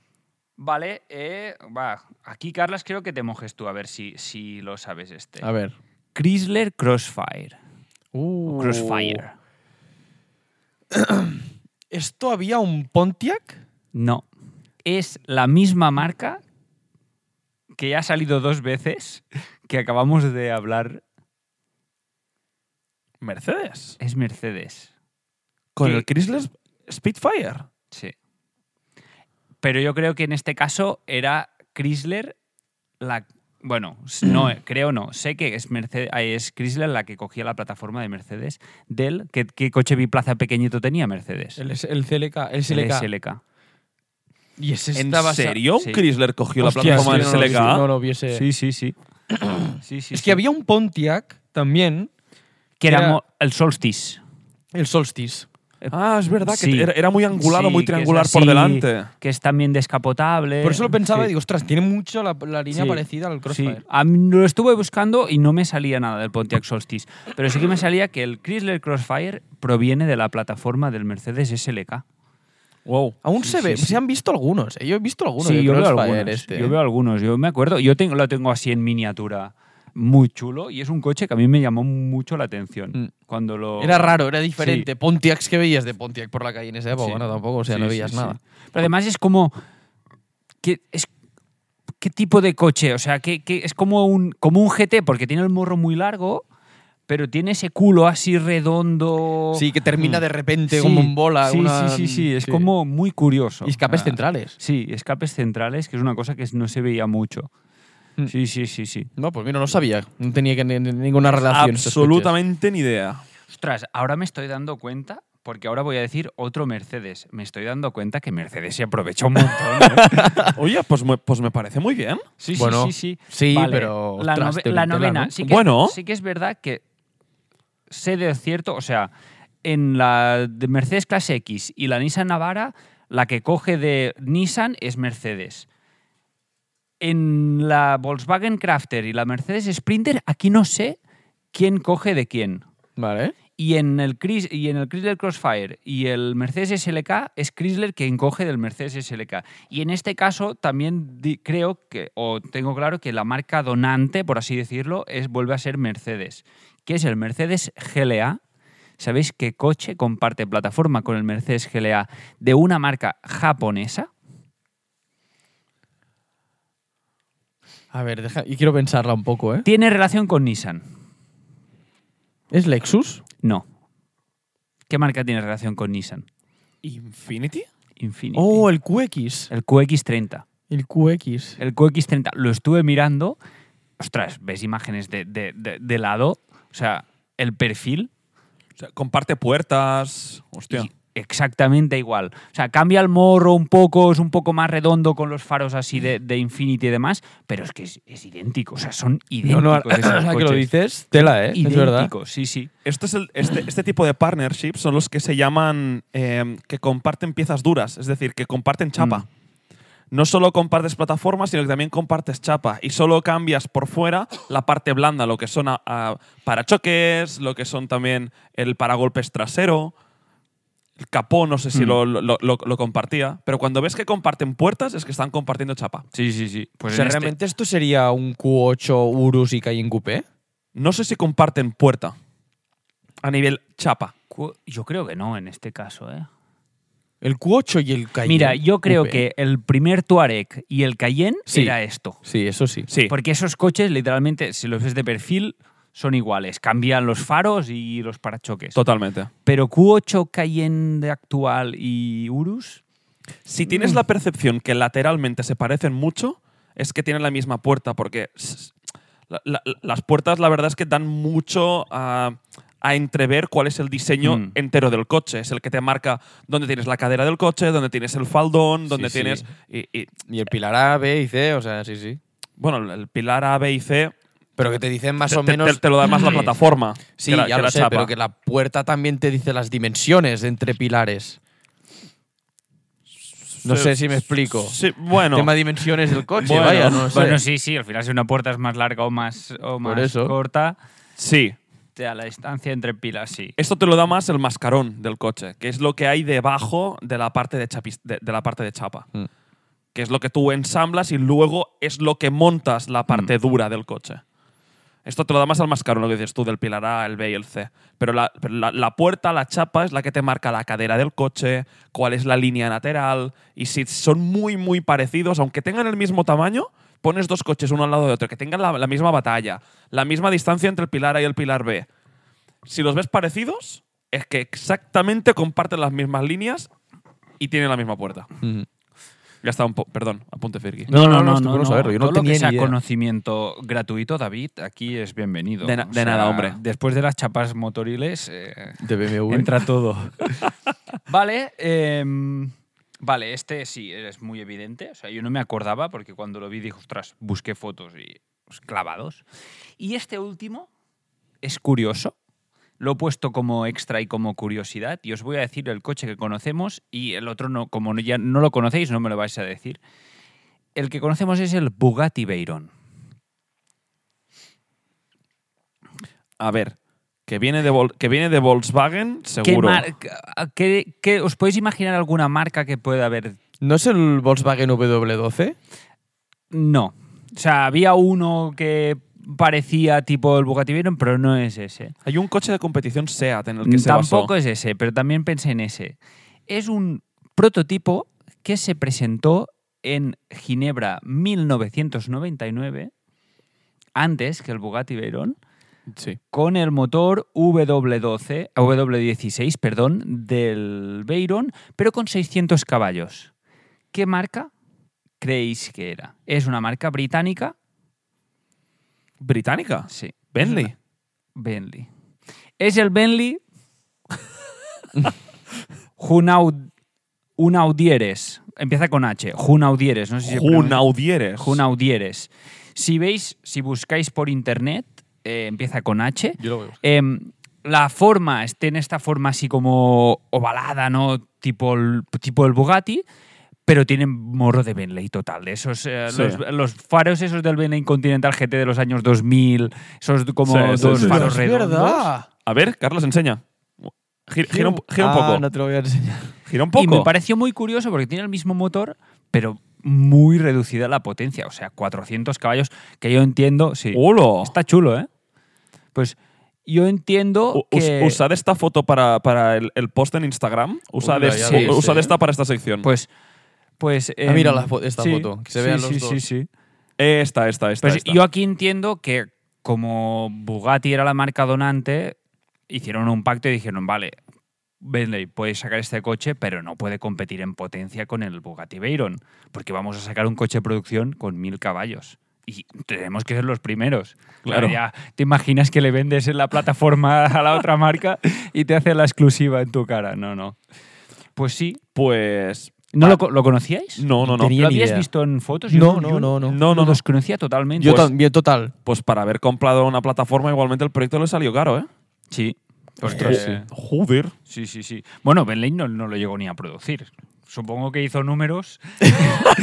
[SPEAKER 3] Vale, eh, va. aquí Carlas creo que te mojes tú a ver si, si lo sabes este.
[SPEAKER 2] A ver.
[SPEAKER 3] Chrysler Crossfire.
[SPEAKER 2] Uh.
[SPEAKER 3] Crossfire.
[SPEAKER 2] ¿Esto había un Pontiac?
[SPEAKER 3] No. Es la misma marca que ha salido dos veces, que acabamos de hablar.
[SPEAKER 1] Mercedes.
[SPEAKER 3] Es Mercedes.
[SPEAKER 1] Con
[SPEAKER 3] Sí.
[SPEAKER 1] el Chrysler Spitfire.
[SPEAKER 3] Sí. Pero yo creo que en este caso era Chrysler la. Bueno, s- no, *clears throat* eh, creo no. Sé que es, Mercedes, ah, es Chrysler la que cogía la plataforma de Mercedes del. ¿Qué, qué coche biplaza pequeñito tenía Mercedes?
[SPEAKER 2] El, el CLK. El
[SPEAKER 3] El
[SPEAKER 2] SLK.
[SPEAKER 3] SLK.
[SPEAKER 2] Y ese
[SPEAKER 1] ¿En
[SPEAKER 2] estaba sa-
[SPEAKER 1] serio? ¿Un
[SPEAKER 3] sí.
[SPEAKER 1] Chrysler cogió
[SPEAKER 2] Hostia,
[SPEAKER 1] la
[SPEAKER 2] sí,
[SPEAKER 1] plataforma
[SPEAKER 2] no lo
[SPEAKER 1] del
[SPEAKER 2] hubiese-
[SPEAKER 1] SLK?
[SPEAKER 2] No lo hubiese.
[SPEAKER 3] Sí, sí, sí. Sí, sí,
[SPEAKER 2] Es
[SPEAKER 3] sí.
[SPEAKER 2] que había un Pontiac también,
[SPEAKER 3] Que era
[SPEAKER 2] era-
[SPEAKER 3] mo- el Solstice.
[SPEAKER 2] el Solstice.
[SPEAKER 1] Ah, es verdad, que
[SPEAKER 3] Eh, Sí.
[SPEAKER 1] era, era muy angulado,
[SPEAKER 3] Sí,
[SPEAKER 1] muy
[SPEAKER 3] que es
[SPEAKER 1] triangular por
[SPEAKER 3] así,
[SPEAKER 1] delante.
[SPEAKER 3] Que es también descapotable.
[SPEAKER 2] Por eso lo pensaba y
[SPEAKER 3] Sí.
[SPEAKER 2] digo, ostras, tiene mucho la, la línea
[SPEAKER 3] Sí.
[SPEAKER 2] parecida al Crossfire.
[SPEAKER 3] Sí. A mí lo estuve buscando y no me salía nada del Pontiac Solstice. Pero sí que me salía que el Chrysler Crossfire proviene de la plataforma del Mercedes SLK.
[SPEAKER 1] Wow.
[SPEAKER 2] Aún se ve,
[SPEAKER 3] sí,
[SPEAKER 2] se han visto algunos. eh, Yo he visto algunos de
[SPEAKER 3] yo veo,
[SPEAKER 2] Crossfire
[SPEAKER 3] algunos,
[SPEAKER 2] este.
[SPEAKER 3] yo veo algunos. Yo me acuerdo. Yo tengo, lo tengo así en miniatura. Muy chulo. Y es un coche que a mí me llamó mucho la atención.
[SPEAKER 2] Mm.
[SPEAKER 3] Cuando lo...
[SPEAKER 2] Era raro, era diferente. Pontiacs que veías de Pontiac por la calle en esa época,
[SPEAKER 3] Sí.
[SPEAKER 2] no tampoco, o sea,
[SPEAKER 3] Sí,
[SPEAKER 2] no
[SPEAKER 3] sí,
[SPEAKER 2] veías
[SPEAKER 3] sí.
[SPEAKER 2] nada.
[SPEAKER 3] Pero además es como. Que es, ¿Qué tipo de coche? O sea, que, que es como un, como un GT, porque tiene el morro muy largo, pero tiene ese culo así redondo.
[SPEAKER 2] Sí, que termina de repente
[SPEAKER 3] Sí,
[SPEAKER 2] como un bola.
[SPEAKER 3] Sí,
[SPEAKER 2] una-
[SPEAKER 3] sí, sí, sí, es como muy curioso.
[SPEAKER 2] Y escapes
[SPEAKER 3] Ah,
[SPEAKER 2] centrales.
[SPEAKER 3] Sí, escapes centrales, que es una cosa que no se veía mucho.
[SPEAKER 2] Mm.
[SPEAKER 3] Sí, sí, sí, sí.
[SPEAKER 2] No, pues mira, no sabía. No tenía que ni- ni- ninguna relación. estos
[SPEAKER 1] Absolutamente ni idea. *laughs*
[SPEAKER 3] Ostras, ahora me estoy dando cuenta, porque ahora voy a decir otro Mercedes. Me estoy dando cuenta que Mercedes se aprovechó un montón. ¿eh?
[SPEAKER 1] Oye, pues me, pues me parece muy bien.
[SPEAKER 3] Sí, sí,
[SPEAKER 2] Bueno,
[SPEAKER 3] sí, sí.
[SPEAKER 2] sí, pero,
[SPEAKER 3] La,
[SPEAKER 2] ostras,
[SPEAKER 3] nove-
[SPEAKER 2] te
[SPEAKER 3] la
[SPEAKER 2] entera,
[SPEAKER 3] novena.
[SPEAKER 2] ¿no?
[SPEAKER 3] Sí, que,
[SPEAKER 1] Bueno.
[SPEAKER 3] sí que es verdad que sé de cierto, o sea, en la de Mercedes Clase X y la Nissan Navara, la que coge de Nissan es Mercedes. En la Volkswagen Crafter y la Mercedes Sprinter, aquí no sé quién coge de quién.
[SPEAKER 2] Vale.
[SPEAKER 3] Y en, el Chris- y en el Chrysler Crossfire y el Mercedes SLK es Chrysler quien coge del Mercedes SLK. Y en este caso también di- creo que, o tengo claro que la marca donante, por así decirlo, es, vuelve a ser Mercedes, que es el Mercedes GLA. ¿Sabéis qué coche comparte plataforma con el Mercedes GLA de una marca japonesa?
[SPEAKER 2] A ver, deja, y quiero pensarla un poco, ¿eh?
[SPEAKER 3] Tiene relación con Nissan.
[SPEAKER 2] ¿Es Lexus?
[SPEAKER 3] No. ¿Qué marca tiene relación con Nissan?
[SPEAKER 1] ¿Infinity?
[SPEAKER 3] Infinity.
[SPEAKER 2] Oh, el QX.
[SPEAKER 3] El QX30.
[SPEAKER 2] El QX.
[SPEAKER 3] El QX30 lo estuve mirando. Ostras, ves imágenes de, de- de- de lado. O sea, el perfil
[SPEAKER 1] O sea, comparte puertas. Hostia.
[SPEAKER 3] y exactamente igual. O sea, cambia el morro un poco, es un poco más redondo con los faros así de, de Infinity y demás, pero es que es, es idéntico. O sea, son idénticos. esos
[SPEAKER 2] ahora que lo
[SPEAKER 3] coches.
[SPEAKER 2] dices, tela, ¿eh? Es verdad.
[SPEAKER 3] Idénticos, sí, sí.
[SPEAKER 1] Esto es el- este, este tipo de partnerships son los que se llaman eh, que comparten piezas duras, es decir, que comparten chapa.
[SPEAKER 3] Mm.
[SPEAKER 1] No solo compartes plataformas, sino que también compartes chapa y solo cambias por fuera la parte blanda, lo que son a- a parachoques, lo que son también el paragolpes trasero, el capó, no sé si
[SPEAKER 3] Mm.
[SPEAKER 1] lo, lo- lo- lo compartía, pero cuando ves que comparten puertas es que están compartiendo chapa.
[SPEAKER 3] Sí, sí, sí. Pues
[SPEAKER 2] o sea,
[SPEAKER 3] en este-
[SPEAKER 2] realmente esto sería un Q8 Urus y Cayenne Coupé.
[SPEAKER 1] No sé si comparten puerta a nivel chapa.
[SPEAKER 3] Cu- Yo creo que no en este caso, ¿eh?
[SPEAKER 2] El Q8 y el Cayenne.
[SPEAKER 3] Mira, yo creo
[SPEAKER 2] Coupé.
[SPEAKER 3] que el primer Tuareg y el Cayenne
[SPEAKER 2] Sí.
[SPEAKER 3] era esto.
[SPEAKER 2] Sí, eso sí.
[SPEAKER 1] Sí.
[SPEAKER 3] Porque esos coches, literalmente, si los ves de perfil, son iguales. Cambian los faros y los parachoques.
[SPEAKER 1] Totalmente.
[SPEAKER 3] Pero Q8 Cayenne de actual y Urus,
[SPEAKER 1] Si
[SPEAKER 2] Mm.
[SPEAKER 1] tienes la percepción que lateralmente se parecen mucho, es que tienen la misma puerta, porque s- la- la- las puertas la verdad es que dan mucho a, a entrever cuál es el diseño
[SPEAKER 3] Mm.
[SPEAKER 1] entero del coche. Es el que te marca dónde tienes la cadera del coche, dónde tienes el faldón, dónde
[SPEAKER 2] sí.
[SPEAKER 1] tienes... y- y,
[SPEAKER 2] Y el pilar A, B y C, o sea, sí, sí.
[SPEAKER 1] bueno, el- el pilar A, B y C
[SPEAKER 2] Pero que te dicen más
[SPEAKER 1] te,
[SPEAKER 2] o
[SPEAKER 1] te-
[SPEAKER 2] menos.
[SPEAKER 1] te- te lo da más la
[SPEAKER 2] *clears throat* Sí.
[SPEAKER 1] plataforma.
[SPEAKER 2] Sí,
[SPEAKER 1] que la-
[SPEAKER 2] ya
[SPEAKER 1] que
[SPEAKER 2] lo
[SPEAKER 1] la
[SPEAKER 2] sé,
[SPEAKER 1] chapa.
[SPEAKER 2] pero que la puerta también te dice las dimensiones entre pilares. No
[SPEAKER 1] Sí,
[SPEAKER 2] sé si me explico.
[SPEAKER 1] Sí, bueno.
[SPEAKER 2] Tema dimensiones del coche,
[SPEAKER 1] Bueno,
[SPEAKER 2] vaya, no sé.
[SPEAKER 3] bueno, sí, sí, al final si una puerta es más larga o más, o más
[SPEAKER 2] eso.
[SPEAKER 3] corta,
[SPEAKER 1] Sí.
[SPEAKER 3] te da la distancia entre pilas, sí.
[SPEAKER 1] Esto te lo da más el mascarón del coche, que es lo que hay debajo de la parte de, chapis- de, de la parte de chapa.
[SPEAKER 2] Mm.
[SPEAKER 1] Que es lo que tú ensamblas y luego es lo que montas la parte dura del coche. Esto te lo da más al mascarón, lo que dices tú, del pilar A, el B y el C. Pero la, pero la- la puerta, la chapa, es la que te marca la cadera del coche, cuál es la línea lateral. Y si son muy, muy parecidos, aunque tengan el mismo tamaño, pones dos coches uno al lado de otro, que tengan la, la misma batalla, la misma distancia entre el pilar A y el pilar B. Si los ves parecidos, es que exactamente comparten las mismas líneas y tienen la misma puerta.
[SPEAKER 2] Ujú.
[SPEAKER 1] Ya está, un po- perdón, apunte Firgi.
[SPEAKER 2] No, no, no, esto quiero saberlo, yo no
[SPEAKER 3] Todo lo que
[SPEAKER 2] tenía ni
[SPEAKER 3] sea
[SPEAKER 2] idea.
[SPEAKER 3] conocimiento gratuito, David, aquí es bienvenido.
[SPEAKER 1] De na-
[SPEAKER 3] O
[SPEAKER 1] de nada, hombre.
[SPEAKER 3] Después de las chapas motoriles, eh,
[SPEAKER 2] De BMW.
[SPEAKER 3] entra todo. vale, em, vale, este sí es muy evidente. O sea, yo no me acordaba porque cuando lo vi dije, ostras, busqué fotos y pues, clavados. Y este último es curioso. Lo he puesto como extra y como curiosidad y os voy a decir el coche que conocemos y el otro no, como no- ya no lo conocéis, no me lo vais a decir. El que conocemos es el Bugatti Veyron.
[SPEAKER 1] A ver, que viene de, Vol- que viene de Volkswagen,
[SPEAKER 3] ¿Qué
[SPEAKER 1] seguro.
[SPEAKER 3] mar- qué- qué- ¿Os podéis imaginar alguna marca que pueda haber
[SPEAKER 2] ¿No es el Volkswagen W12?
[SPEAKER 3] No. O sea, había uno que parecía tipo el Bugatti Veyron, pero no es ese.
[SPEAKER 1] Hay un coche de competición SEAT en el que se basó.
[SPEAKER 3] Tampoco es ese, pero también pensé en ese. Es un prototipo que se presentó en Ginebra 1999, antes que el Bugatti Veyron,
[SPEAKER 1] Sí.
[SPEAKER 3] con el motor W12, W16, perdón, del Veyron, pero con 600 caballos. ¿Qué marca creéis que era? Es una marca británica
[SPEAKER 1] ¿Británica?
[SPEAKER 3] Sí.
[SPEAKER 1] ¿Bentley?
[SPEAKER 3] Bentley. Es el
[SPEAKER 1] *laughs*
[SPEAKER 3] Bentley. Junaud- Junaudieres. Empieza con H. Junaudieres. No sé si se pronuncia.
[SPEAKER 1] Junaudieres.
[SPEAKER 3] Junaudieres. Si veis, si buscáis por internet, eh, empieza con H.
[SPEAKER 2] Yo lo veo.
[SPEAKER 3] Em, la forma esté en esta forma así como ovalada, ¿no? Tipo el, tipo el Bugatti, pero tienen morro de Bentley total. de Esos, eh,
[SPEAKER 1] Sí.
[SPEAKER 3] los, los faros esos del Bentley Continental GT de los años 2000, esos como
[SPEAKER 1] Sí, sí,
[SPEAKER 3] dos
[SPEAKER 1] sí.
[SPEAKER 3] faros
[SPEAKER 2] ¡Es
[SPEAKER 3] redondos.
[SPEAKER 2] verdad!
[SPEAKER 1] A ver, Carlos, enseña. Gira, gira un, gira un
[SPEAKER 2] Ah,
[SPEAKER 1] poco.
[SPEAKER 2] no te lo voy a enseñar.
[SPEAKER 1] Gira un
[SPEAKER 3] Y me
[SPEAKER 1] poco.
[SPEAKER 3] pareció muy curioso porque tiene el mismo motor, pero muy reducida la potencia. O sea, 400 caballos, que yo entiendo... Sí,
[SPEAKER 2] Oh.
[SPEAKER 1] ¡Hola!
[SPEAKER 3] está chulo, ¿eh? Pues yo entiendo
[SPEAKER 1] U- us-
[SPEAKER 3] que...
[SPEAKER 1] Usad esta foto para, para el, el post en Instagram. Usad,
[SPEAKER 2] Hola,
[SPEAKER 1] es-
[SPEAKER 2] ya ves,
[SPEAKER 1] u- usad
[SPEAKER 2] eh.
[SPEAKER 1] esta para esta sección.
[SPEAKER 3] Pues. Pues,
[SPEAKER 2] Ah, mira
[SPEAKER 3] em,
[SPEAKER 2] la fo- esta foto, que se
[SPEAKER 3] sí,
[SPEAKER 2] vean
[SPEAKER 3] sí,
[SPEAKER 2] los
[SPEAKER 3] Sí,
[SPEAKER 2] dos.
[SPEAKER 3] sí.
[SPEAKER 1] esta, esta, esta.
[SPEAKER 3] Pues
[SPEAKER 1] esta.
[SPEAKER 3] yo aquí entiendo que como Bugatti era la marca donante, hicieron un pacto y dijeron, vale, Bentley puede sacar este coche, pero no puede competir en potencia con el Bugatti Veyron, porque vamos a sacar un coche de producción con mil caballos. Y tenemos que ser los primeros.
[SPEAKER 1] Claro.
[SPEAKER 3] ya te imaginas que le vendes en la plataforma a la otra marca y te hace la exclusiva en tu cara. No, no. Pues sí.
[SPEAKER 1] Pues.
[SPEAKER 3] ¿No lo, co- lo conocíais?
[SPEAKER 1] No, no, no.
[SPEAKER 2] Tenía-
[SPEAKER 3] ¿Lo
[SPEAKER 2] ni
[SPEAKER 3] habías
[SPEAKER 2] idea.
[SPEAKER 3] visto en fotos?
[SPEAKER 2] No,
[SPEAKER 3] Yo
[SPEAKER 2] no,
[SPEAKER 3] yo
[SPEAKER 2] no, no.
[SPEAKER 1] No, no,
[SPEAKER 3] Lo
[SPEAKER 1] no.
[SPEAKER 3] desconocía totalmente.
[SPEAKER 2] Yo
[SPEAKER 3] Pues-
[SPEAKER 1] *laughs*
[SPEAKER 2] también, total.
[SPEAKER 1] Pues para haber comprado una plataforma, igualmente el proyecto le salió caro, ¿eh?
[SPEAKER 3] Sí. Ostras,
[SPEAKER 1] Jo-
[SPEAKER 3] eh,
[SPEAKER 1] Joder.
[SPEAKER 3] Sí, sí, sí. Bueno, Bentley no, no lo llegó ni a producir. Supongo que hizo números.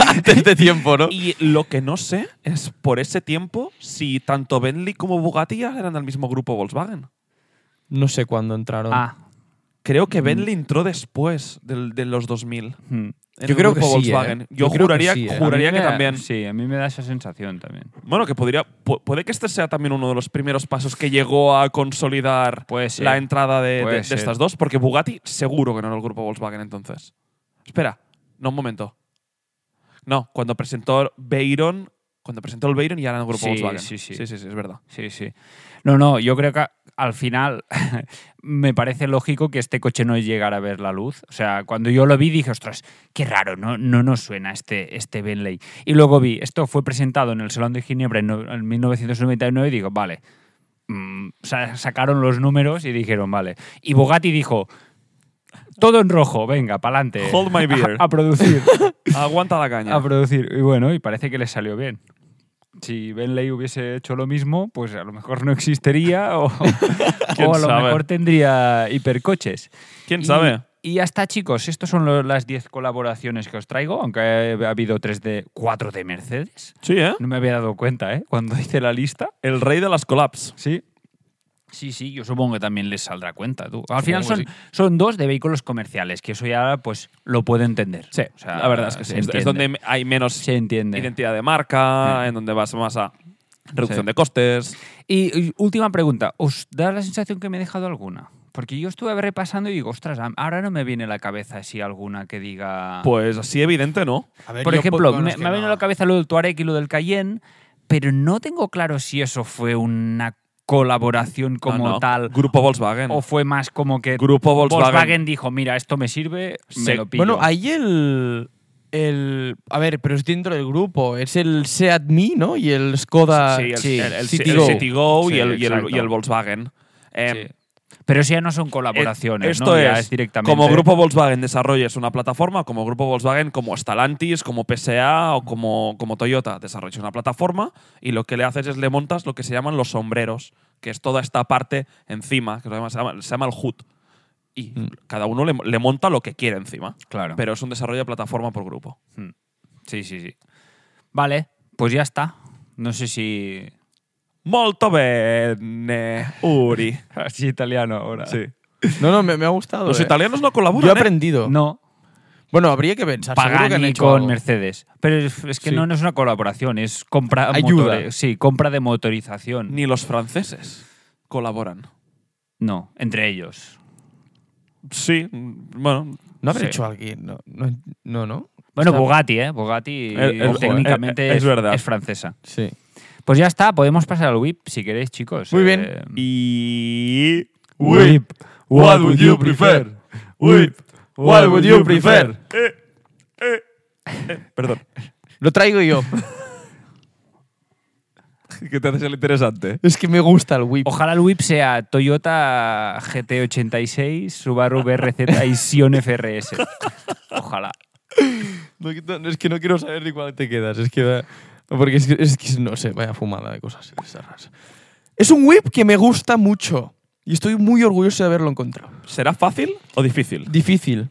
[SPEAKER 2] Antes de tiempo, ¿no?
[SPEAKER 1] Y lo que no sé es por ese tiempo si tanto Bentley como Bugatti ya eran del mismo grupo Volkswagen.
[SPEAKER 2] No sé cuándo entraron.
[SPEAKER 3] Ah,
[SPEAKER 1] Creo que Bentley entró después del- de los 2000.
[SPEAKER 3] mm.
[SPEAKER 1] en
[SPEAKER 2] Yo
[SPEAKER 1] el
[SPEAKER 2] creo
[SPEAKER 1] grupo
[SPEAKER 2] que sí,
[SPEAKER 1] Volkswagen.
[SPEAKER 2] ¿eh?
[SPEAKER 1] Yo,
[SPEAKER 2] Yo creo que
[SPEAKER 1] juraría,
[SPEAKER 2] sí, ¿eh?
[SPEAKER 1] juraría
[SPEAKER 3] A mí
[SPEAKER 1] que
[SPEAKER 3] me-
[SPEAKER 1] también.
[SPEAKER 3] Sí, a mí me da esa sensación también.
[SPEAKER 1] Bueno, que podría, pu- puede que este sea también uno de los primeros pasos que llegó a consolidar
[SPEAKER 3] Puede ser.
[SPEAKER 1] la entrada de, de-
[SPEAKER 3] Puede
[SPEAKER 1] de
[SPEAKER 3] ser.
[SPEAKER 1] estas dos, porque Bugatti seguro que no era el grupo Volkswagen entonces. Espera, no un momento. No, cuando presentó Veyron, cuando presentó el Veyron ya era el grupo
[SPEAKER 3] Sí,
[SPEAKER 1] Volkswagen.
[SPEAKER 3] sí, sí.
[SPEAKER 1] sí, es verdad.
[SPEAKER 3] Sí, sí. No, no, yo creo que al final *laughs* me parece lógico que este coche no llegara a ver la luz. O sea, cuando yo lo vi dije, ostras, qué raro, no, no nos suena este, este Bentley. Y luego vi, esto fue presentado en el Salón de Ginebra en, no- en 1999 y digo, vale. Mm, sa- sacaron los números y dijeron, vale. Y Bugatti dijo, todo en rojo, venga, pa'lante.
[SPEAKER 1] Hold my beer.
[SPEAKER 3] A,
[SPEAKER 1] *laughs*
[SPEAKER 3] a producir,
[SPEAKER 1] Aguanta la caña.
[SPEAKER 3] a producir. Y bueno, y parece que les salió bien. Si Bentley hubiese hecho lo mismo, pues a lo mejor no existiría *laughs* o,
[SPEAKER 1] ¿Quién
[SPEAKER 3] o a lo
[SPEAKER 1] sabe?
[SPEAKER 3] mejor tendría hipercoches.
[SPEAKER 1] ¿Quién
[SPEAKER 3] Y-
[SPEAKER 1] sabe?
[SPEAKER 3] Y ya está, chicos. Estas son lo- las 10 colaboraciones que os traigo, aunque ha habido 3 de 4 de Mercedes.
[SPEAKER 1] Sí, ¿eh?
[SPEAKER 3] No me había dado cuenta, ¿eh? Cuando hice la lista.
[SPEAKER 1] El rey de las collabs.
[SPEAKER 3] Sí. Sí, sí, yo supongo que también les saldrá cuenta. Tú. Al final son,
[SPEAKER 2] Supongo que
[SPEAKER 3] son dos de vehículos comerciales, que eso ya pues lo puedo entender.
[SPEAKER 1] Sí,
[SPEAKER 3] O sea,
[SPEAKER 1] la verdad es que sí.
[SPEAKER 3] se
[SPEAKER 1] Es- Es
[SPEAKER 3] entiende.
[SPEAKER 1] donde hay menos
[SPEAKER 3] se entiende. Mm.
[SPEAKER 1] identidad de marca, en donde vas más a reducción de costes.
[SPEAKER 3] Y, y última pregunta, ¿os da la sensación que me he dejado alguna? Porque yo estuve repasando y digo, ostras, am- ahora no me viene a la cabeza si alguna que diga...
[SPEAKER 1] Pues así evidente, ¿no.
[SPEAKER 3] Por ejemplo, me, me ha venido a la cabeza lo del Tuareg y lo del Cayenne, pero no tengo claro si eso fue una colaboración como
[SPEAKER 1] Ah, No, no.
[SPEAKER 3] tal
[SPEAKER 1] Grupo Volkswagen.
[SPEAKER 3] o fue más como que
[SPEAKER 1] Grupo Volkswagen.
[SPEAKER 3] dijo, mira, esto me sirve, me
[SPEAKER 1] Se-
[SPEAKER 3] lo pillo.
[SPEAKER 2] Bueno, ahí el. El, a ver, pero es dentro del grupo. Es el Seat Mi, ¿no? Y el Skoda.
[SPEAKER 1] Sí, el,
[SPEAKER 3] sí,
[SPEAKER 1] el- el-
[SPEAKER 2] City
[SPEAKER 1] el
[SPEAKER 2] Go.
[SPEAKER 1] City Go y,
[SPEAKER 3] Sí,
[SPEAKER 1] el, y el-
[SPEAKER 3] exacto.
[SPEAKER 1] y el Volkswagen.
[SPEAKER 3] Sí.
[SPEAKER 1] Eh,
[SPEAKER 3] Pero eso ya no son
[SPEAKER 1] eh,
[SPEAKER 3] colaboraciones,
[SPEAKER 1] esto
[SPEAKER 3] ¿no? Ya
[SPEAKER 1] es,
[SPEAKER 3] directamente...
[SPEAKER 1] como Grupo Volkswagen desarrolles una plataforma, como Grupo Volkswagen, como Stellantis, como PSA o como, como Toyota, desarrollas una plataforma y lo que le haces es le montas lo que se llaman los sombreros, que es toda esta parte encima, que se llama, se llama- se llama el HUD. Y cada uno le, le monta lo que quiere encima.
[SPEAKER 3] Mm. Claro.
[SPEAKER 1] Pero es un desarrollo de plataforma por grupo.
[SPEAKER 3] Sí, sí, sí. Vale, pues ya está. No sé si.
[SPEAKER 1] Molto bene,
[SPEAKER 3] *laughs*
[SPEAKER 1] Uri. *laughs*
[SPEAKER 3] Así italiano ahora.
[SPEAKER 1] Sí.
[SPEAKER 2] No, no, me, me ha gustado.
[SPEAKER 1] Los
[SPEAKER 2] eh.
[SPEAKER 1] italianos no
[SPEAKER 2] Yo he
[SPEAKER 1] colaboran. ¿eh?
[SPEAKER 2] aprendido.
[SPEAKER 3] No,
[SPEAKER 2] Bueno, habría que pensar. seguro que han
[SPEAKER 3] Pagani
[SPEAKER 2] hecho
[SPEAKER 3] con
[SPEAKER 2] algo.
[SPEAKER 3] Mercedes. Pero es, es que
[SPEAKER 2] Sí.
[SPEAKER 3] no, no es una colaboración, es compra.
[SPEAKER 2] Ayuda.
[SPEAKER 3] motore- sí, compra de motorización.
[SPEAKER 1] Ni los franceses colaboran.
[SPEAKER 3] No, entre ellos.
[SPEAKER 1] Sí, mm, bueno.
[SPEAKER 2] No habrá
[SPEAKER 3] Sí.
[SPEAKER 2] hecho alguien. No, no, no. no.
[SPEAKER 3] Bueno,
[SPEAKER 2] Está-
[SPEAKER 3] Bugatti, ¿eh? Bugatti
[SPEAKER 1] Eh, eh,
[SPEAKER 3] técnicamente
[SPEAKER 1] eh, eh, es
[SPEAKER 3] es,
[SPEAKER 1] verdad.
[SPEAKER 3] es francesa.
[SPEAKER 2] Sí.
[SPEAKER 3] Pues ya está, podemos pasar al whip si queréis, chicos.
[SPEAKER 2] Muy bien.
[SPEAKER 3] Eh,
[SPEAKER 1] Y.
[SPEAKER 3] Whip, what would you prefer? Whip, what would you prefer?
[SPEAKER 1] Eh, eh, eh, Perdón. *laughs*
[SPEAKER 2] Lo traigo yo.
[SPEAKER 1] que te haces el interesante. eh.
[SPEAKER 2] es que me gusta el whip.
[SPEAKER 3] Ojalá el whip sea Toyota GT86, Subaru
[SPEAKER 2] *laughs*
[SPEAKER 3] BRZ y Sion FRS. Ojalá.
[SPEAKER 2] No, no, no, es que no quiero saber ni cuál te quedas. Es que. va- Porque es que, es que no sé, vaya fumada de cosas raras. Es un whip que me gusta mucho. Y estoy muy orgulloso de haberlo encontrado.
[SPEAKER 1] ¿Será fácil o difícil?
[SPEAKER 2] Difícil.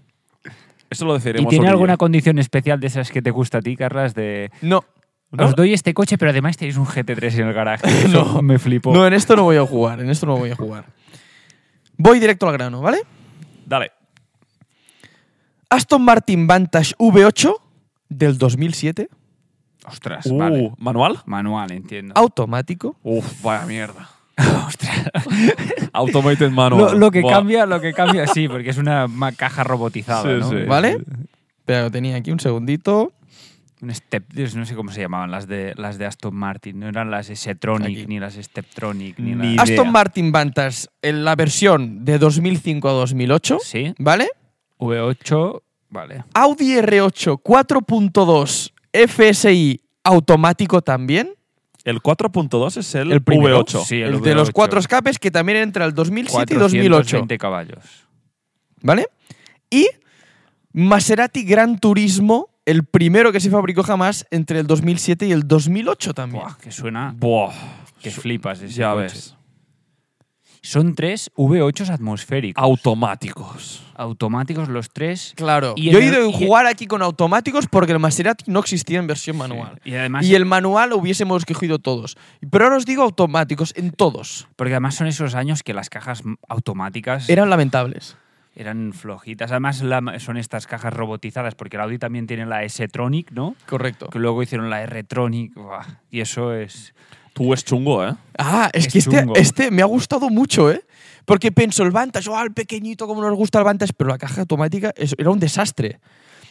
[SPEAKER 1] Eso lo
[SPEAKER 3] ¿Y
[SPEAKER 1] decidiremos.
[SPEAKER 3] tiene
[SPEAKER 1] Uri yo.
[SPEAKER 3] alguna condición especial de esas que te gusta a ti, Carlas? De
[SPEAKER 2] No.
[SPEAKER 1] No.
[SPEAKER 3] os doy este coche, pero además tenéis un GT3 en el
[SPEAKER 1] *laughs*
[SPEAKER 3] garaje. Eso
[SPEAKER 2] No.
[SPEAKER 3] me flipo.
[SPEAKER 2] No, en esto no voy a jugar. En esto no voy a jugar. Voy directo al grano, ¿vale?
[SPEAKER 1] Dale.
[SPEAKER 2] Aston Martin Vantage V8 del 2007.
[SPEAKER 3] Ostras,
[SPEAKER 1] Uh,
[SPEAKER 3] vale.
[SPEAKER 1] ¿Manual?
[SPEAKER 3] Manual, entiendo.
[SPEAKER 2] Automático.
[SPEAKER 1] Uf, vaya *laughs* mierda. Automated manual.
[SPEAKER 3] Lo, lo que
[SPEAKER 1] Buah.
[SPEAKER 3] cambia, lo que cambia, sí, porque es una ma- caja robotizada,
[SPEAKER 1] Sí,
[SPEAKER 3] ¿no?
[SPEAKER 1] sí.
[SPEAKER 2] ¿Vale? Pero tenía aquí un segundito.
[SPEAKER 3] Un step, no sé cómo se llamaban las de, las de Aston Martin. No eran las
[SPEAKER 2] Aquí.
[SPEAKER 3] S-Tronic, ni las Steptronic, ni,
[SPEAKER 1] Ni
[SPEAKER 3] las.
[SPEAKER 1] idea.
[SPEAKER 2] Aston Martin Vantage en la versión de 2005 a 2008,
[SPEAKER 3] Sí,
[SPEAKER 2] ¿vale?
[SPEAKER 3] V8, vale.
[SPEAKER 2] Audi R8 4.2 FSI automático también.
[SPEAKER 1] El 4.2 es el,
[SPEAKER 2] El primero,
[SPEAKER 1] V8.
[SPEAKER 3] Sí, el
[SPEAKER 2] el de los
[SPEAKER 3] V8.
[SPEAKER 2] cuatro escapes que también entra el 2007 y 2008,
[SPEAKER 3] 420 caballos.
[SPEAKER 2] ¿vale? Y Maserati Gran Turismo, el primero que se fabricó jamás entre el 2007 y el 2008 también.
[SPEAKER 3] Buah, que suena.
[SPEAKER 1] Buah,
[SPEAKER 3] Que flipas ese
[SPEAKER 1] ya
[SPEAKER 3] coche.
[SPEAKER 1] ves.
[SPEAKER 3] Son tres V8s atmosféricos.
[SPEAKER 1] Automáticos.
[SPEAKER 3] automáticos los tres.
[SPEAKER 2] Claro.
[SPEAKER 3] Y
[SPEAKER 2] Yo he
[SPEAKER 3] en
[SPEAKER 2] ido
[SPEAKER 3] el-
[SPEAKER 2] a
[SPEAKER 3] y-
[SPEAKER 2] jugar aquí con automáticos porque el Maserati no existía en versión manual.
[SPEAKER 3] Y además,
[SPEAKER 2] Y el manual lo hubiésemos cogido todos. Pero ahora os digo automáticos en todos.
[SPEAKER 3] porque además son esos años que las cajas m- automáticas
[SPEAKER 2] Eran lamentables.
[SPEAKER 3] eran flojitas. Además la- son estas cajas robotizadas, porque el Audi también tiene la S-Tronic, ¿no?
[SPEAKER 2] Correcto.
[SPEAKER 3] Que luego hicieron la R-Tronic. buah, Y eso es...
[SPEAKER 1] Tú es chungo, ¿eh?
[SPEAKER 2] Ah, es,
[SPEAKER 3] Es
[SPEAKER 2] que este,
[SPEAKER 3] chungo.
[SPEAKER 2] este me ha gustado mucho, ¿eh? Porque pienso el Vantage, oh, el pequeñito como nos gusta el Vantage, pero la caja automática es- era un desastre.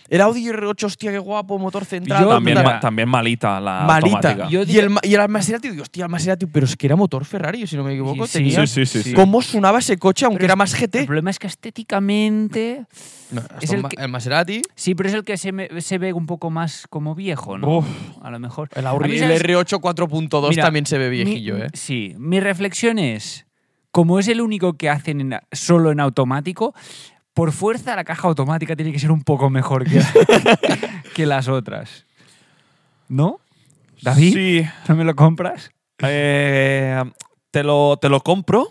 [SPEAKER 2] El Audi R8, hostia, qué guapo, motor central.
[SPEAKER 3] Yo,
[SPEAKER 2] tal,
[SPEAKER 1] también,
[SPEAKER 2] tal,
[SPEAKER 1] ma-
[SPEAKER 3] mira.
[SPEAKER 1] también malita la
[SPEAKER 2] malita.
[SPEAKER 1] automática.
[SPEAKER 3] Yo
[SPEAKER 2] y, el, ma- y el Maserati, digo, hostia, el Maserati, pero es que era motor Ferrari, si no me equivoco.
[SPEAKER 3] Sí,
[SPEAKER 2] tenía-
[SPEAKER 1] sí, sí, sí, sí.
[SPEAKER 2] ¿Cómo sonaba ese coche, aunque
[SPEAKER 3] Pero
[SPEAKER 2] era más
[SPEAKER 3] El
[SPEAKER 2] GT?
[SPEAKER 3] problema es que estéticamente...
[SPEAKER 2] No,
[SPEAKER 3] es
[SPEAKER 2] Aston
[SPEAKER 3] el
[SPEAKER 2] Ma-
[SPEAKER 3] que-
[SPEAKER 2] el Maserati.
[SPEAKER 3] Sí, pero es el que se, me- se ve un poco más como viejo, ¿no?
[SPEAKER 1] Uf.
[SPEAKER 3] A lo mejor.
[SPEAKER 2] El,
[SPEAKER 3] A mí,
[SPEAKER 2] Audi,
[SPEAKER 3] ¿sabes?
[SPEAKER 2] R8 4.2
[SPEAKER 3] Mira,
[SPEAKER 2] también se ve
[SPEAKER 3] Mi-
[SPEAKER 2] viejillo, ¿eh?
[SPEAKER 3] Sí, mi reflexión es, como es el único que hacen en- solo en automático, por fuerza la caja automática tiene que ser un poco mejor que, que las otras. ¿No? David,
[SPEAKER 1] Sí.
[SPEAKER 3] ¿no me lo compras?
[SPEAKER 1] Eh, te, lo, te lo compro,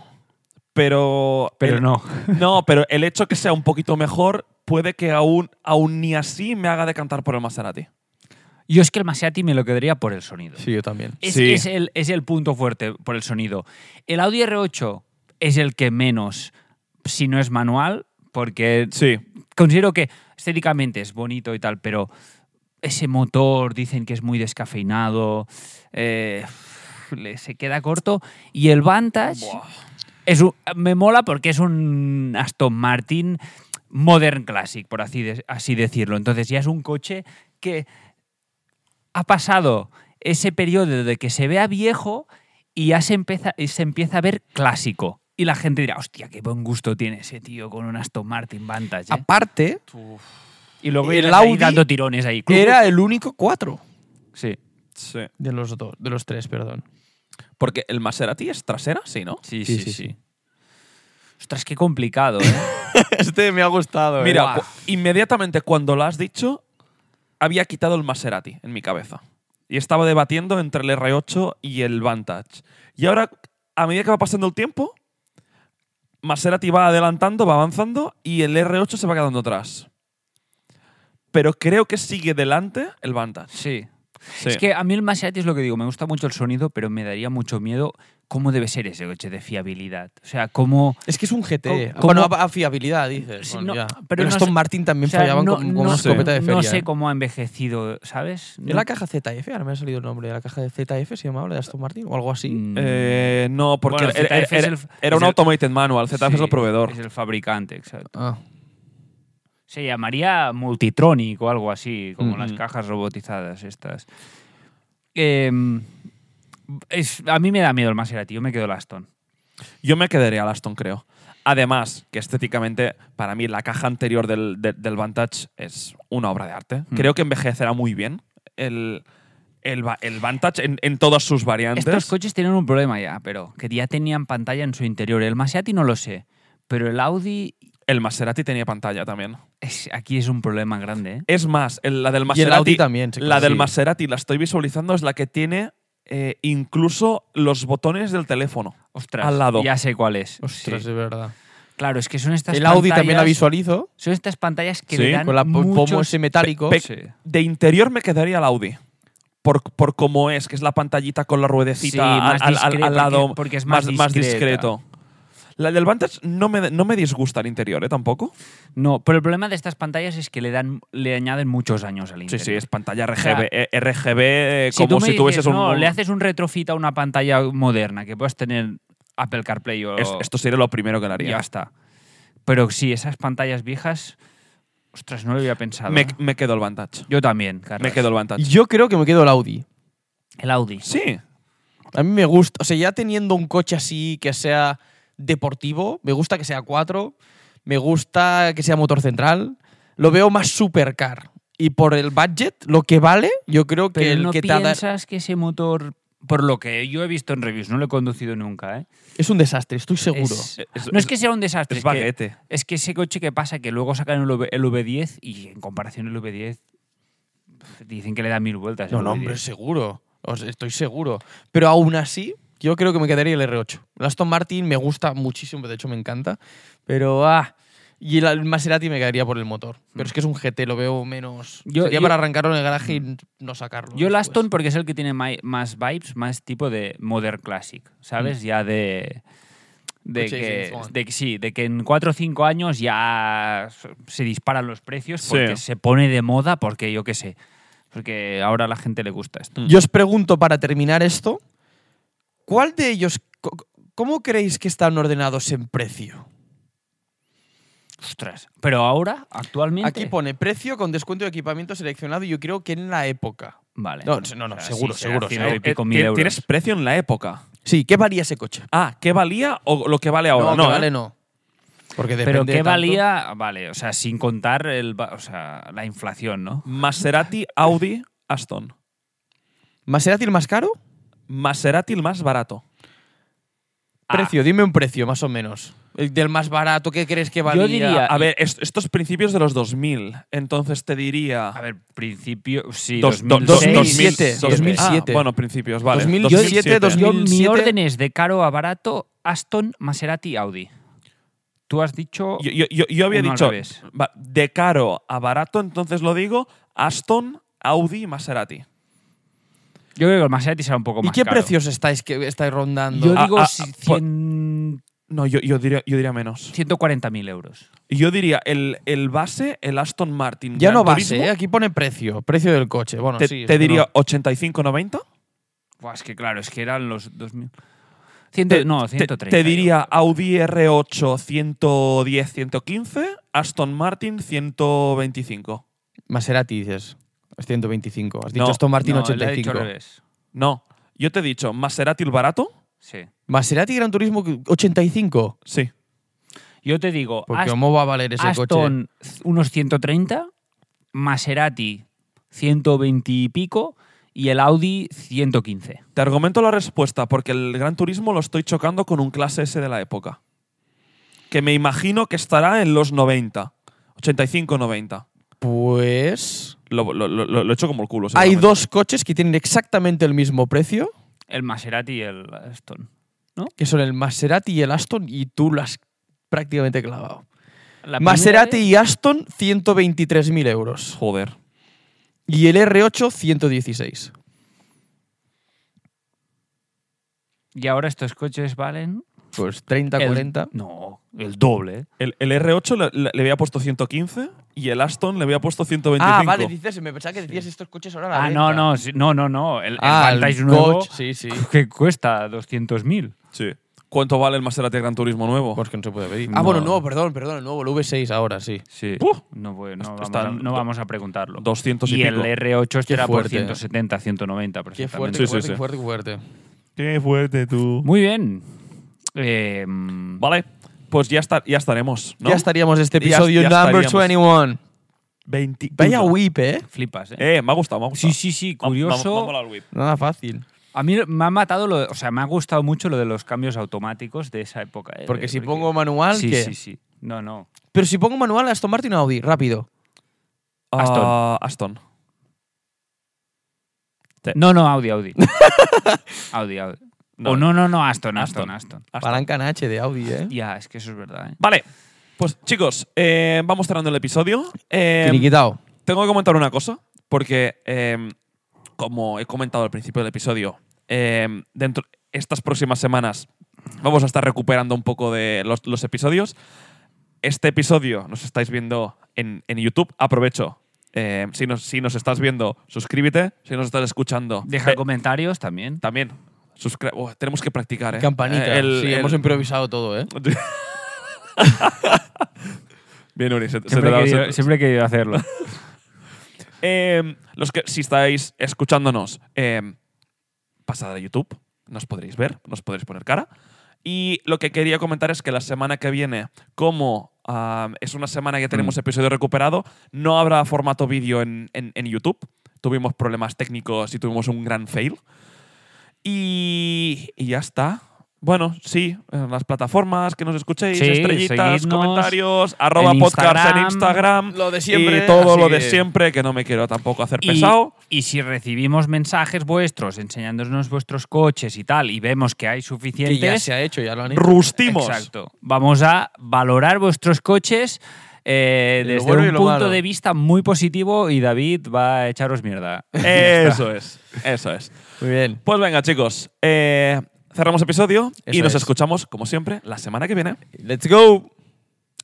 [SPEAKER 1] pero.
[SPEAKER 3] Pero
[SPEAKER 1] el-
[SPEAKER 3] no.
[SPEAKER 1] *laughs* No, pero el hecho que sea un poquito mejor puede que aún, aún ni así me haga decantar por el Maserati.
[SPEAKER 3] Yo es que el Maserati me lo quedaría por el sonido.
[SPEAKER 2] Sí, yo también.
[SPEAKER 3] Es,
[SPEAKER 1] Sí.
[SPEAKER 3] es el, es el punto fuerte por el sonido. El Audi R8 es el que menos, si no es manual, porque
[SPEAKER 1] Sí.
[SPEAKER 3] considero que estéticamente es bonito y tal, pero ese motor dicen que es muy descafeinado, eh, le- se queda corto. Y el Vantage es un- me mola porque es un Aston Martin Modern Classic, por así, de- así decirlo. Entonces ya es un coche que ha pasado ese periodo de que se vea viejo y ya se empieza, y se empieza a ver clásico. Y la gente dirá, hostia, qué buen gusto tiene ese tío con un Aston Martin Vantage. ¿eh?".
[SPEAKER 2] Aparte,
[SPEAKER 3] Y luego
[SPEAKER 2] El
[SPEAKER 3] irás ahí
[SPEAKER 2] Audi
[SPEAKER 3] dando tirones ahí.
[SPEAKER 2] era el único 4
[SPEAKER 3] Sí.
[SPEAKER 1] Sí.
[SPEAKER 2] de los, dos, de los tres, perdón.
[SPEAKER 1] Porque el Maserati es trasera, sí, ¿no?
[SPEAKER 3] Sí,
[SPEAKER 2] Sí,
[SPEAKER 3] sí,
[SPEAKER 2] sí,
[SPEAKER 3] sí,
[SPEAKER 2] sí.
[SPEAKER 3] Ostras, qué complicado, ¿eh?
[SPEAKER 2] Este me ha gustado.
[SPEAKER 1] Mira,
[SPEAKER 3] Guau.
[SPEAKER 1] cu- inmediatamente cuando lo has dicho, había quitado el Maserati en mi cabeza. Y estaba debatiendo entre el R8 y el Vantage. Y ahora, a medida que va pasando el tiempo, Maserati va adelantando, va avanzando y el R8 se va quedando atrás. Pero creo que sigue delante el Vantage.
[SPEAKER 3] *laughs* Sí.
[SPEAKER 1] Sí.
[SPEAKER 3] Es que a mí el Maserati es lo que digo, me gusta mucho el sonido, pero me daría mucho miedo cómo debe ser ese coche de fiabilidad. O sea, cómo...
[SPEAKER 2] Es que es un GT.
[SPEAKER 3] ¿Cómo-
[SPEAKER 2] Bueno, a, a fiabilidad, dices.
[SPEAKER 3] Sí,
[SPEAKER 2] Bueno,
[SPEAKER 3] no,
[SPEAKER 2] ya.
[SPEAKER 3] pero
[SPEAKER 2] Pero
[SPEAKER 3] no
[SPEAKER 2] Aston
[SPEAKER 3] sé-
[SPEAKER 2] Martin también
[SPEAKER 3] o sea,
[SPEAKER 2] fallaban
[SPEAKER 3] no-
[SPEAKER 2] con, con una
[SPEAKER 3] no sé-
[SPEAKER 2] escopeta de feria.
[SPEAKER 3] No sé
[SPEAKER 2] ¿eh?
[SPEAKER 3] cómo ha envejecido, ¿sabes?
[SPEAKER 2] ¿Es la caja ZF? Ahora me ha salido el nombre. ¿La caja de ZF se llamaba la de Aston Martin o algo así?
[SPEAKER 3] Mm,
[SPEAKER 1] Eh, no, porque
[SPEAKER 3] Bueno,
[SPEAKER 1] era, era-
[SPEAKER 3] ZF es
[SPEAKER 1] era-
[SPEAKER 3] el-
[SPEAKER 1] era un
[SPEAKER 3] es el-
[SPEAKER 1] automated manual, ZF es
[SPEAKER 3] sí,
[SPEAKER 1] el proveedor.
[SPEAKER 3] Es el fabricante, exacto.
[SPEAKER 2] Ah.
[SPEAKER 3] Se llamaría Multitronic o algo así, como
[SPEAKER 1] Ujú.
[SPEAKER 3] las cajas robotizadas estas. Em, es- a mí me da miedo el Maserati, yo me quedo el Aston.
[SPEAKER 1] Yo me quedaré al Aston, creo. Además, que estéticamente, para mí, la caja anterior del, de- del Vantage es una obra de arte.
[SPEAKER 3] Mm.
[SPEAKER 1] Creo que envejecerá muy bien el, el, va- el Vantage en, en todas sus variantes.
[SPEAKER 3] Estos coches tienen un problema ya, pero que ya tenían pantalla en su interior. El Maserati no lo sé, pero el Audi
[SPEAKER 1] el Maserati tenía pantalla también.
[SPEAKER 3] es- aquí es un problema grande. ¿eh?
[SPEAKER 1] Es más, el- la del
[SPEAKER 2] Y
[SPEAKER 1] Maserati.
[SPEAKER 2] el Audi también. se
[SPEAKER 1] La del
[SPEAKER 2] consigue.
[SPEAKER 1] Maserati, la estoy visualizando, es la que tiene eh, incluso los botones del teléfono.
[SPEAKER 3] Ostras,
[SPEAKER 1] Al lado. eh.
[SPEAKER 3] ya sé cuál es.
[SPEAKER 2] Ostras,
[SPEAKER 3] Sí.
[SPEAKER 2] es verdad.
[SPEAKER 3] Claro, es que son estas
[SPEAKER 2] El Audi también la
[SPEAKER 3] pantallas-
[SPEAKER 2] visualizo.
[SPEAKER 3] Son estas pantallas que
[SPEAKER 1] Sí,
[SPEAKER 3] le dan
[SPEAKER 2] Con la po- pomo
[SPEAKER 3] muchos-
[SPEAKER 2] ese metálico.
[SPEAKER 1] Pe-
[SPEAKER 3] Oh, Sí.
[SPEAKER 1] De interior me quedaría el Audi. Por, por cómo es, que es la pantallita con la ruedecita
[SPEAKER 3] Sí,
[SPEAKER 1] al,
[SPEAKER 3] más
[SPEAKER 1] al- al-
[SPEAKER 3] discre-
[SPEAKER 1] al lado
[SPEAKER 3] porque- porque es más discreta.
[SPEAKER 1] discreto. La del Vantage no me, no me disgusta el interior, ¿eh? Tampoco.
[SPEAKER 3] No, pero el problema de estas pantallas es que le dan, le añaden muchos años al
[SPEAKER 1] Sí,
[SPEAKER 3] interior.
[SPEAKER 1] sí, es pantalla RGB,
[SPEAKER 3] sea,
[SPEAKER 1] eh, RGB eh,
[SPEAKER 3] Si
[SPEAKER 1] como
[SPEAKER 3] tú me
[SPEAKER 1] si
[SPEAKER 3] dices,
[SPEAKER 1] tuvieses un...
[SPEAKER 3] No,
[SPEAKER 1] un-
[SPEAKER 3] le haces un retrofit a una pantalla moderna que puedas tener Apple CarPlay o.
[SPEAKER 1] Es- esto sería lo primero que le haría.
[SPEAKER 3] ya está. Pero sí, esas pantallas viejas Ostras, no lo había pensado.
[SPEAKER 1] Me,
[SPEAKER 3] ¿eh?
[SPEAKER 1] me quedo el Vantage.
[SPEAKER 3] Yo también, Carlos.
[SPEAKER 1] Me quedo el Vantage.
[SPEAKER 2] Yo creo que me quedo el Audi.
[SPEAKER 3] El Audi.
[SPEAKER 1] Sí.
[SPEAKER 2] A mí me gusta, o sea, ya teniendo un coche así que sea deportivo, me gusta que sea 4, me gusta que sea motor central, lo veo más supercar. Y por el budget, lo que vale, yo creo que
[SPEAKER 3] Pero
[SPEAKER 2] el
[SPEAKER 3] no
[SPEAKER 2] que te ha da-
[SPEAKER 3] piensas que ese motor, por lo que yo he visto en reviews, no lo he conducido nunca, ¿eh?
[SPEAKER 2] es un desastre, estoy seguro.
[SPEAKER 3] Es-
[SPEAKER 1] Es-
[SPEAKER 3] no es que sea un desastre.
[SPEAKER 1] Es
[SPEAKER 3] que-
[SPEAKER 1] baguete.
[SPEAKER 3] es que ese coche que pasa, que luego sacan el, V- el V10 y en comparación el V10 dicen que le da mil vueltas.
[SPEAKER 2] No,
[SPEAKER 3] el
[SPEAKER 2] no,
[SPEAKER 3] V10.
[SPEAKER 2] hombre, seguro. O sea, estoy seguro. Pero aún así, yo creo que me quedaría el R8. El Aston Martin me gusta muchísimo, de hecho me encanta. Pero, ah. Y el- el Maserati me quedaría por el motor. Pero es que es un GT, lo veo menos.
[SPEAKER 3] Yo-
[SPEAKER 2] Sería
[SPEAKER 3] yo-
[SPEAKER 2] para arrancarlo en el garaje y no sacarlo.
[SPEAKER 3] Yo el
[SPEAKER 2] después.
[SPEAKER 3] Aston porque es el que tiene mai- más vibes, más tipo de modern classic, ¿sabes? Ya de... De
[SPEAKER 2] Coche de
[SPEAKER 3] que,
[SPEAKER 2] Mm. James Bond.
[SPEAKER 3] de que sí, de que en 4 o 5 años ya se disparan los precios
[SPEAKER 1] Sí.
[SPEAKER 3] porque se pone de moda, porque yo qué sé, porque ahora a la gente le gusta esto.
[SPEAKER 2] Yo os pregunto para terminar esto: ¿cuál de ellos. co- ¿Cómo creéis que están ordenados en precio?
[SPEAKER 3] Ostras, pero ahora, actualmente...
[SPEAKER 2] Aquí pone precio con descuento de equipamiento seleccionado. y Yo creo que en la época.
[SPEAKER 3] Vale.
[SPEAKER 2] No, no, no, seguro,
[SPEAKER 3] será
[SPEAKER 2] seguro,
[SPEAKER 3] ciento
[SPEAKER 2] seguro.
[SPEAKER 3] y
[SPEAKER 1] Eh,
[SPEAKER 3] pico
[SPEAKER 1] eh,
[SPEAKER 3] mil
[SPEAKER 1] ti-
[SPEAKER 3] euros.
[SPEAKER 1] Tienes precio en la época.
[SPEAKER 2] Sí, ¿qué varía ese coche?
[SPEAKER 1] Ah, ¿qué valía o lo que vale ahora?
[SPEAKER 2] que
[SPEAKER 1] No,
[SPEAKER 2] vale,
[SPEAKER 1] ¿eh?
[SPEAKER 2] no. Porque
[SPEAKER 3] Pero
[SPEAKER 2] depende
[SPEAKER 3] ¿qué
[SPEAKER 2] tanto.
[SPEAKER 3] valía? Vale, o sea, sin contar el, va- o sea, la inflación, ¿no?
[SPEAKER 1] Maserati, Audi, Aston.
[SPEAKER 2] ¿Maserati el más caro?
[SPEAKER 1] Maserati el más barato.
[SPEAKER 3] Ah.
[SPEAKER 2] Precio, dime un precio, más o menos. El del más barato, ¿qué crees que valía?
[SPEAKER 3] diría-
[SPEAKER 1] A
[SPEAKER 3] Y-
[SPEAKER 1] ver, est- estos principios de los 2000. Entonces te diría.
[SPEAKER 3] A ver, principio, sí,
[SPEAKER 1] dos- do-
[SPEAKER 3] 2006,
[SPEAKER 1] dos-
[SPEAKER 2] 2007,
[SPEAKER 1] 2000,
[SPEAKER 2] 2007.
[SPEAKER 1] Ah, bueno, principios, vale.
[SPEAKER 2] 2007, 2000.
[SPEAKER 3] Yo, mi
[SPEAKER 2] 2007.
[SPEAKER 3] orden es de caro a barato, Aston, Maserati, Audi. Tú has dicho...
[SPEAKER 1] Yo, yo- yo- yo había
[SPEAKER 3] Uno al
[SPEAKER 1] dicho
[SPEAKER 3] revés.
[SPEAKER 1] va, de caro a barato, entonces lo digo, Aston, Audi y Maserati.
[SPEAKER 3] Yo creo que el Maserati será un poco
[SPEAKER 2] ¿Y
[SPEAKER 3] más
[SPEAKER 2] qué
[SPEAKER 3] caro.
[SPEAKER 2] precios estáis, que estáis rondando?
[SPEAKER 3] Yo
[SPEAKER 1] Ah,
[SPEAKER 3] digo
[SPEAKER 1] ah, ah,
[SPEAKER 3] si-
[SPEAKER 1] por-
[SPEAKER 3] 100
[SPEAKER 1] No, yo, yo diría, yo diría menos.
[SPEAKER 3] 140.000 euros.
[SPEAKER 1] Yo diría el, el base, el Aston Martin.
[SPEAKER 2] ya
[SPEAKER 1] Gran
[SPEAKER 2] no base,
[SPEAKER 1] Turismo,
[SPEAKER 2] ¿eh? aquí pone precio, precio del coche. Bueno,
[SPEAKER 1] Te,
[SPEAKER 2] sí,
[SPEAKER 1] te
[SPEAKER 2] pero-
[SPEAKER 1] diría 85-90.
[SPEAKER 3] Buah, es que claro, es que eran los 2.000... Ciento- no,
[SPEAKER 1] Te,
[SPEAKER 3] 130.
[SPEAKER 1] te diría Audi R8 110-115, Aston Martin 125.
[SPEAKER 2] Maserati dices, 125. Has dicho
[SPEAKER 1] No,
[SPEAKER 2] Aston Martin
[SPEAKER 3] No, le he
[SPEAKER 2] 85.
[SPEAKER 3] dicho al revés.
[SPEAKER 1] No, yo te he dicho Maserati el barato.
[SPEAKER 3] Sí.
[SPEAKER 2] Maserati Gran Turismo 85.
[SPEAKER 1] Sí.
[SPEAKER 3] Yo te digo,
[SPEAKER 2] Porque
[SPEAKER 3] Aston-
[SPEAKER 2] ¿cómo va a valer ese coche?
[SPEAKER 3] Aston unos 130, Maserati 120 y pico y el Audi 115.
[SPEAKER 1] Te argumento la respuesta porque el Gran Turismo lo estoy chocando con un clase S de la época. Que me imagino que estará en los 90. 85-90.
[SPEAKER 2] Pues...
[SPEAKER 1] Lo, lo, lo, lo- lo echo como el culo.
[SPEAKER 2] Hay
[SPEAKER 1] seguramente.
[SPEAKER 2] dos coches que tienen exactamente el mismo precio.
[SPEAKER 3] El Maserati y el Aston.
[SPEAKER 2] que son el Maserati y el Aston, y tú lo has prácticamente clavado.
[SPEAKER 3] La
[SPEAKER 2] Maserati
[SPEAKER 3] primera
[SPEAKER 2] y Aston, 123.000 euros.
[SPEAKER 1] Joder.
[SPEAKER 2] Y el R8, 116.
[SPEAKER 3] vez- Y ahora estos coches valen...
[SPEAKER 2] Pues 30,
[SPEAKER 3] el-
[SPEAKER 2] 40.
[SPEAKER 3] No, el doble.
[SPEAKER 1] El, el R8 le, le- le había puesto 115 y el Aston le había puesto 125.
[SPEAKER 2] Ah, vale, dices, me pensaba que decías estos coches ahora a la
[SPEAKER 3] Ah, no,
[SPEAKER 2] venta.
[SPEAKER 3] no, sí, no, no, no. El, el
[SPEAKER 2] Ah, el
[SPEAKER 3] Vantage nuevo
[SPEAKER 2] coche, sí, *laughs* sí.
[SPEAKER 3] que cuesta 200.000.
[SPEAKER 1] Sí. ¿Cuánto vale el Maserati Gran Turismo nuevo?
[SPEAKER 2] Pues que no se puede pedir.
[SPEAKER 3] No.
[SPEAKER 2] Ah, bueno, no, perdón, perdón, el nuevo, el V6 ahora, sí.
[SPEAKER 3] Sí.
[SPEAKER 1] Buh.
[SPEAKER 3] no, voy- no vamos
[SPEAKER 1] Están
[SPEAKER 3] a, no
[SPEAKER 1] do-
[SPEAKER 3] vamos a preguntarlo.
[SPEAKER 1] 200 y,
[SPEAKER 3] y el
[SPEAKER 1] pico.
[SPEAKER 3] R8 este
[SPEAKER 2] Qué
[SPEAKER 3] era por
[SPEAKER 2] fuerte. ¿eh?
[SPEAKER 3] 170, 190.
[SPEAKER 2] Qué
[SPEAKER 3] perfectamente.
[SPEAKER 2] fuerte,
[SPEAKER 1] Sí,
[SPEAKER 2] qué
[SPEAKER 1] sí,
[SPEAKER 2] fuerte,
[SPEAKER 1] sí.
[SPEAKER 2] qué fuerte, qué fuerte.
[SPEAKER 1] Qué fuerte tú.
[SPEAKER 3] Muy bien. Eh, mm,
[SPEAKER 1] Vale, pues ya, está, ya estaremos. ¿no?
[SPEAKER 2] Ya estaríamos de este
[SPEAKER 1] Ya-
[SPEAKER 2] episodio
[SPEAKER 1] ya
[SPEAKER 2] number
[SPEAKER 1] estaríamos. 20.
[SPEAKER 2] 21. Vaya whip, ¿eh?
[SPEAKER 3] flipas, ¿eh?
[SPEAKER 1] Eh, me ha gustado, me ha gustado.
[SPEAKER 3] Sí, sí, sí,
[SPEAKER 1] Me ha- me ha-
[SPEAKER 3] curioso.
[SPEAKER 1] me ha molado el whip.
[SPEAKER 2] Nada fácil.
[SPEAKER 3] A mí me ha matado, lo, o sea, me ha gustado mucho lo de los cambios automáticos de esa época. ¿eh?
[SPEAKER 2] Porque
[SPEAKER 3] De-
[SPEAKER 2] si pongo manual,
[SPEAKER 3] Sí,
[SPEAKER 2] ¿qué?
[SPEAKER 3] sí, sí. No, no.
[SPEAKER 2] Pero si pongo manual, Aston Martin o Audi, rápido.
[SPEAKER 3] Aston.
[SPEAKER 1] Ah, Aston. Eh.
[SPEAKER 3] No, no, Audi, *laughs* Audi. Audi, Audi.
[SPEAKER 1] No.
[SPEAKER 3] o no, no, no, Aston, Aston,
[SPEAKER 1] Aston.
[SPEAKER 3] Aston.
[SPEAKER 1] Aston.
[SPEAKER 2] Palanca en H de Audi, ¿eh?
[SPEAKER 3] Ya, es que eso es verdad, ¿eh?
[SPEAKER 1] Vale, pues chicos, eh, vamos cerrando el episodio. Eh,
[SPEAKER 2] Finiquitao.
[SPEAKER 1] tengo que comentar una cosa, porque eh, como he comentado al principio del episodio, eh, dentro estas próximas semanas vamos a estar recuperando un poco de los, los episodios. Este episodio nos estáis viendo en, en YouTube. Aprovecho. eh, si, nos, si nos estás viendo, suscríbete. Si nos estás escuchando,
[SPEAKER 3] Deja
[SPEAKER 1] ve-
[SPEAKER 3] comentarios también.
[SPEAKER 1] también. suscri- Buah, tenemos que practicar, ¿eh?
[SPEAKER 2] Campanita.
[SPEAKER 1] Eh, el-
[SPEAKER 2] sí,
[SPEAKER 1] el-
[SPEAKER 2] hemos improvisado todo, ¿eh?
[SPEAKER 1] *laughs* Bien, Uri, se, se
[SPEAKER 3] Siempre,
[SPEAKER 1] te
[SPEAKER 3] he
[SPEAKER 1] da-
[SPEAKER 3] querido-
[SPEAKER 1] se-
[SPEAKER 3] siempre he querido *laughs* hacerlo.
[SPEAKER 1] Eh, los que si estáis escuchándonos, eh, pasad a YouTube, nos podréis ver, nos podréis poner cara. Y lo que quería comentar es que la semana que viene, como am, es una semana que tenemos episodio recuperado, no habrá formato vídeo en, en- en YouTube. Tuvimos problemas técnicos y tuvimos un gran fail. Y, y ya está. Bueno, sí, en las plataformas que nos escuchéis,
[SPEAKER 3] Sí,
[SPEAKER 1] estrellitas,
[SPEAKER 3] seguidnos.
[SPEAKER 1] comentarios, arroba
[SPEAKER 3] En
[SPEAKER 1] podcast en
[SPEAKER 3] Instagram.
[SPEAKER 1] Instagram.
[SPEAKER 2] Lo de siempre,
[SPEAKER 1] Y todo
[SPEAKER 2] así
[SPEAKER 1] lo de
[SPEAKER 2] que-
[SPEAKER 1] siempre, que no me quiero tampoco hacer
[SPEAKER 3] Y- *laughs*
[SPEAKER 1] pesado.
[SPEAKER 3] Y, si recibimos mensajes vuestros enseñándonos vuestros coches y tal, y vemos que hay
[SPEAKER 2] Que
[SPEAKER 3] suficientes.
[SPEAKER 2] ya se ha hecho, ya lo han hecho.
[SPEAKER 1] Rustimos. *laughs*
[SPEAKER 3] Exacto. Vamos a valorar vuestros coches eh,
[SPEAKER 2] Lo
[SPEAKER 3] desde
[SPEAKER 2] bueno y
[SPEAKER 3] un
[SPEAKER 2] lo
[SPEAKER 3] punto
[SPEAKER 2] malo.
[SPEAKER 3] de vista muy positivo y David va a echaros *laughs* mierda.
[SPEAKER 1] Eso es. Eso es.
[SPEAKER 2] Muy bien.
[SPEAKER 1] Pues venga, chicos. eh, cerramos episodio y
[SPEAKER 2] Eso
[SPEAKER 1] nos
[SPEAKER 2] es.
[SPEAKER 1] escuchamos, como siempre, la semana que viene.
[SPEAKER 2] Let's go.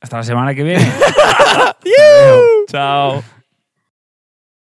[SPEAKER 3] Hasta la semana que viene.
[SPEAKER 1] Chao.